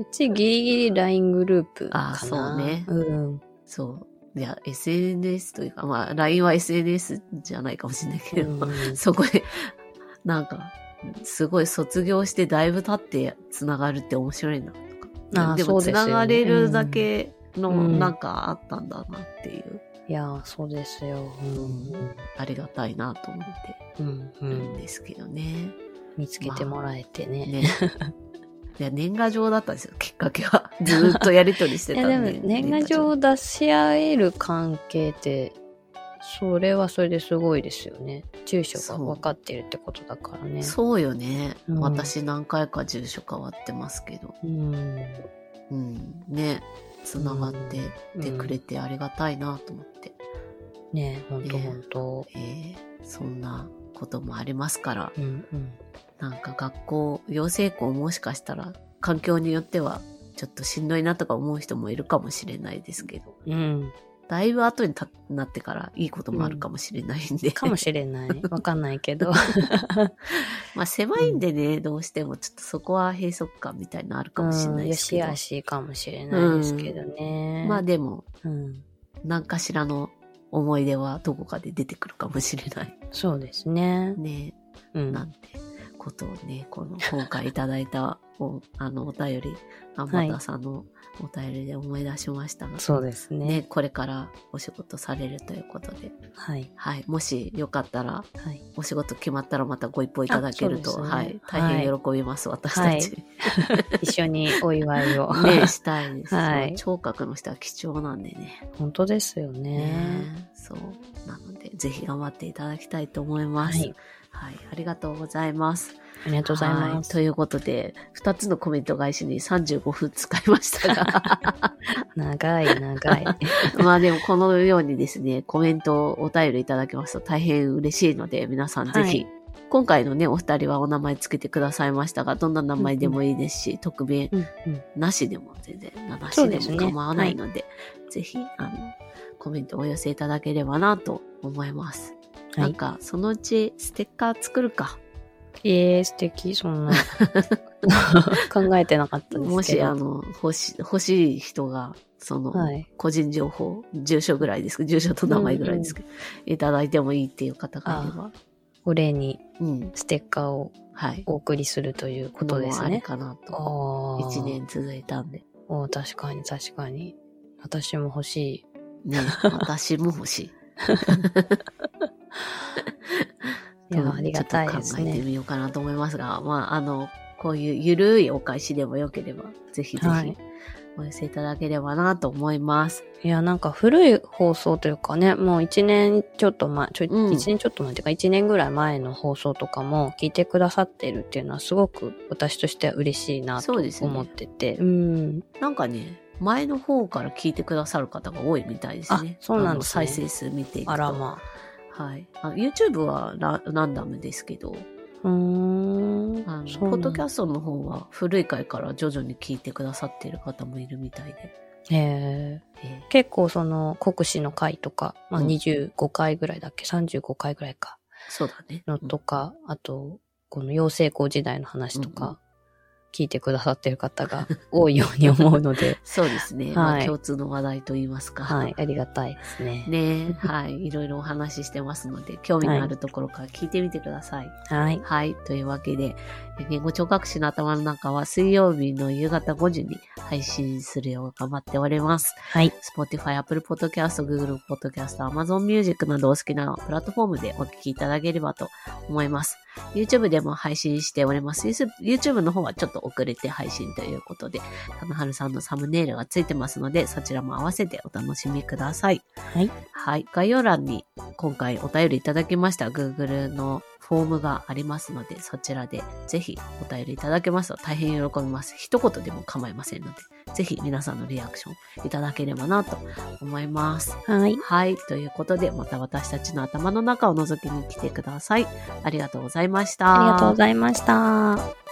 [SPEAKER 2] うちギリギリ LINE グループかな。
[SPEAKER 1] あーそうね
[SPEAKER 2] うん。
[SPEAKER 1] そう。いや、SNS というか、まあ LINE は SNS じゃないかもしれないけど、
[SPEAKER 2] うん
[SPEAKER 1] そこで、なんか、すごい卒業してだいぶ経ってつながるって面白いなと
[SPEAKER 2] あー
[SPEAKER 1] か。で
[SPEAKER 2] そう
[SPEAKER 1] も
[SPEAKER 2] で
[SPEAKER 1] つ
[SPEAKER 2] すよ
[SPEAKER 1] な
[SPEAKER 2] ね
[SPEAKER 1] がれるだけの
[SPEAKER 2] うん
[SPEAKER 1] なんかあったんだなっていう、
[SPEAKER 2] いやー、そうですよ。うん。
[SPEAKER 1] ありがたいなと思って
[SPEAKER 2] うん。う
[SPEAKER 1] るん
[SPEAKER 2] ん、
[SPEAKER 1] ですけどね。
[SPEAKER 2] 見つけてもらえてね。
[SPEAKER 1] ね。 [LAUGHS] いや、年賀状だったんですよ、きっかけ
[SPEAKER 2] [LAUGHS]
[SPEAKER 1] は。ずーっとやりとりして
[SPEAKER 2] い
[SPEAKER 1] た
[SPEAKER 2] や
[SPEAKER 1] ん
[SPEAKER 2] で
[SPEAKER 1] で。
[SPEAKER 2] も年賀状を出し合える関係ってそれはそれですごいですよね住所が分かってるってことだからね
[SPEAKER 1] そうよね、
[SPEAKER 2] うん
[SPEAKER 1] 私何回か住所変わってますけど。
[SPEAKER 2] うん
[SPEAKER 1] うん。ね。つながってってくれてありがたいなと思って。
[SPEAKER 2] ねえほんと
[SPEAKER 1] ね
[SPEAKER 2] ほんと、
[SPEAKER 1] えーそんなこともありますから、
[SPEAKER 2] うんうん
[SPEAKER 1] なんか学校、養成校もしかしたら環境によってはちょっとしんどいなとか思う人もいるかもしれないですけど、
[SPEAKER 2] うん、
[SPEAKER 1] だいぶ後にたなってからいいこともあるかもしれないんで、
[SPEAKER 2] かもしれない
[SPEAKER 1] [LAUGHS]
[SPEAKER 2] わかんないけど
[SPEAKER 1] まあ狭いんでね、どうしてもちょっとそこは閉塞感みたいなのあるかもしれない
[SPEAKER 2] よ
[SPEAKER 1] ですけ
[SPEAKER 2] し
[SPEAKER 1] ど、
[SPEAKER 2] あしかもしれないですけどね、
[SPEAKER 1] まあでも
[SPEAKER 2] うん、
[SPEAKER 1] 何かしらの思い出はどこかで出てくるかもしれない
[SPEAKER 2] そうですね、
[SPEAKER 1] ね、
[SPEAKER 2] う
[SPEAKER 1] なん
[SPEAKER 2] ん、
[SPEAKER 1] てことをね、この今回いただいたおあのお便り、アンバターさんのお便りで思い出しましたが、
[SPEAKER 2] そうですね
[SPEAKER 1] ね、これからお仕事されるということで、
[SPEAKER 2] はい
[SPEAKER 1] はい、もしよかったら、 [LAUGHS]
[SPEAKER 2] はい
[SPEAKER 1] お仕事決まったらまたご一報いただける
[SPEAKER 2] あそ
[SPEAKER 1] と、
[SPEAKER 2] うですね
[SPEAKER 1] はい、大変喜びます、私たち。
[SPEAKER 2] 一緒にお祝いを、
[SPEAKER 1] ね、したいです。
[SPEAKER 2] はい
[SPEAKER 1] 聴覚の人は貴重なんでね。
[SPEAKER 2] [LAUGHS] 本当ですよね
[SPEAKER 1] ねそう。なので、ぜひ頑張っていただきたいと思います。は
[SPEAKER 2] はいい、
[SPEAKER 1] ありがとうございます。
[SPEAKER 2] ありがとうござい
[SPEAKER 1] は
[SPEAKER 2] ま
[SPEAKER 1] い
[SPEAKER 2] す
[SPEAKER 1] ということで、2つのコメント返しに35分使いましたが、 [LAUGHS]
[SPEAKER 2] 長い長い
[SPEAKER 1] まあでもこのようにですね、コメントをお便りいただけますと大変嬉しいので、皆さんぜひ、
[SPEAKER 2] はい
[SPEAKER 1] 今回のね、お二人はお名前つけてくださいましたが、どんな名前でもいいですし、匿名
[SPEAKER 2] [LAUGHS] うんうん
[SPEAKER 1] なしでも全然、な
[SPEAKER 2] そ
[SPEAKER 1] し
[SPEAKER 2] う
[SPEAKER 1] で
[SPEAKER 2] です
[SPEAKER 1] も
[SPEAKER 2] ね
[SPEAKER 1] 構わないので、ぜひ、あの、コメントをお寄せいただければなと思います。
[SPEAKER 2] は
[SPEAKER 1] なん
[SPEAKER 2] い
[SPEAKER 1] か、そのうちステッカー作るか。
[SPEAKER 2] えー、素敵そ [LAUGHS] んな考えてなかったですけど
[SPEAKER 1] もし、あの、欲し欲しい人が、その、
[SPEAKER 2] はい
[SPEAKER 1] 個人情報、住所ぐらいですけど、住所と名前ぐらいですけど、いただいてもいいっていう方がいれば、
[SPEAKER 2] お礼に
[SPEAKER 1] うん、
[SPEAKER 2] ステッカーを
[SPEAKER 1] はい。
[SPEAKER 2] お送りするということで
[SPEAKER 1] も
[SPEAKER 2] す
[SPEAKER 1] あれ
[SPEAKER 2] ね
[SPEAKER 1] かなと。
[SPEAKER 2] ああ
[SPEAKER 1] 一年続いたんで。
[SPEAKER 2] おー確かに確かに私も欲し
[SPEAKER 1] ね、私も欲しい。
[SPEAKER 2] いいやーありがたいです
[SPEAKER 1] ちょっと考えて
[SPEAKER 2] ね
[SPEAKER 1] みようかなと思いますが、まあ、あの、こういうゆるいお返しでもよければ、ぜひぜ
[SPEAKER 2] は
[SPEAKER 1] ひ
[SPEAKER 2] い
[SPEAKER 1] お寄せいただければなと思います。
[SPEAKER 2] いやなんか古い放送というかねもう一年ちょっと前ちょ、一
[SPEAKER 1] うん
[SPEAKER 2] 年ちょっと前というか一年ぐらい前の放送とかも聞いてくださってるっていうのはすごく私としては嬉しいなと
[SPEAKER 1] そうですね
[SPEAKER 2] 思っててうん
[SPEAKER 1] なんかね、前の方から聞いてくださる方が多いみたいですね。
[SPEAKER 2] あそうなんですね
[SPEAKER 1] あの再生数見ていくと。
[SPEAKER 2] あらま
[SPEAKER 1] はい。あ YouTube はラランダムですけど、
[SPEAKER 2] うーん
[SPEAKER 1] あの、
[SPEAKER 2] そ
[SPEAKER 1] ポ
[SPEAKER 2] う
[SPEAKER 1] ッ
[SPEAKER 2] な
[SPEAKER 1] ド
[SPEAKER 2] ん
[SPEAKER 1] キャストの方は古い回から徐々に聞いてくださっている方もいるみたいで。
[SPEAKER 2] へえ
[SPEAKER 1] え
[SPEAKER 2] 結構その国史の回とか、まあ、
[SPEAKER 1] うん
[SPEAKER 2] 25回ぐらいだっけ、35回ぐらいか
[SPEAKER 1] ーそうだね。、
[SPEAKER 2] のとか、あとこの養成校時代の話とか聞いてくださってる方が [LAUGHS] 多いように思うので
[SPEAKER 1] [LAUGHS] そうですね。まあ
[SPEAKER 2] はい
[SPEAKER 1] 共通の話題と言いますか。
[SPEAKER 2] はい、ありがたいですね。
[SPEAKER 1] ねはい。いろいろお話ししてますので、興味のあるところから聞いてみてください。
[SPEAKER 2] はい。
[SPEAKER 1] はい。というわけで、え言語聴覚士の頭の中は水曜日の夕方5時に配信するよう頑張っております。
[SPEAKER 2] はい。
[SPEAKER 1] Spotify、Apple Podcast、Google Podcast、Amazon Music などお好きなプラットフォームでお聞きいただければと思います。YouTube でも配信しております。YouTube の方はちょっと遅れて配信ということで、田野春さんのサムネイルがついてますので、そちらも合わせてお楽しみください。
[SPEAKER 2] はい。
[SPEAKER 1] はい。概要欄に今回お便りいただきました Google のフォームがありますので、そちらでぜひお便りいただけますと大変喜びます。一言でも構いませんので、ぜひ皆さんのリアクションいただければなと思います。
[SPEAKER 2] はい。
[SPEAKER 1] はい。ということで、また私たちの頭の中を覗きに来てください。ありがとうございました。
[SPEAKER 2] ありがとうございました。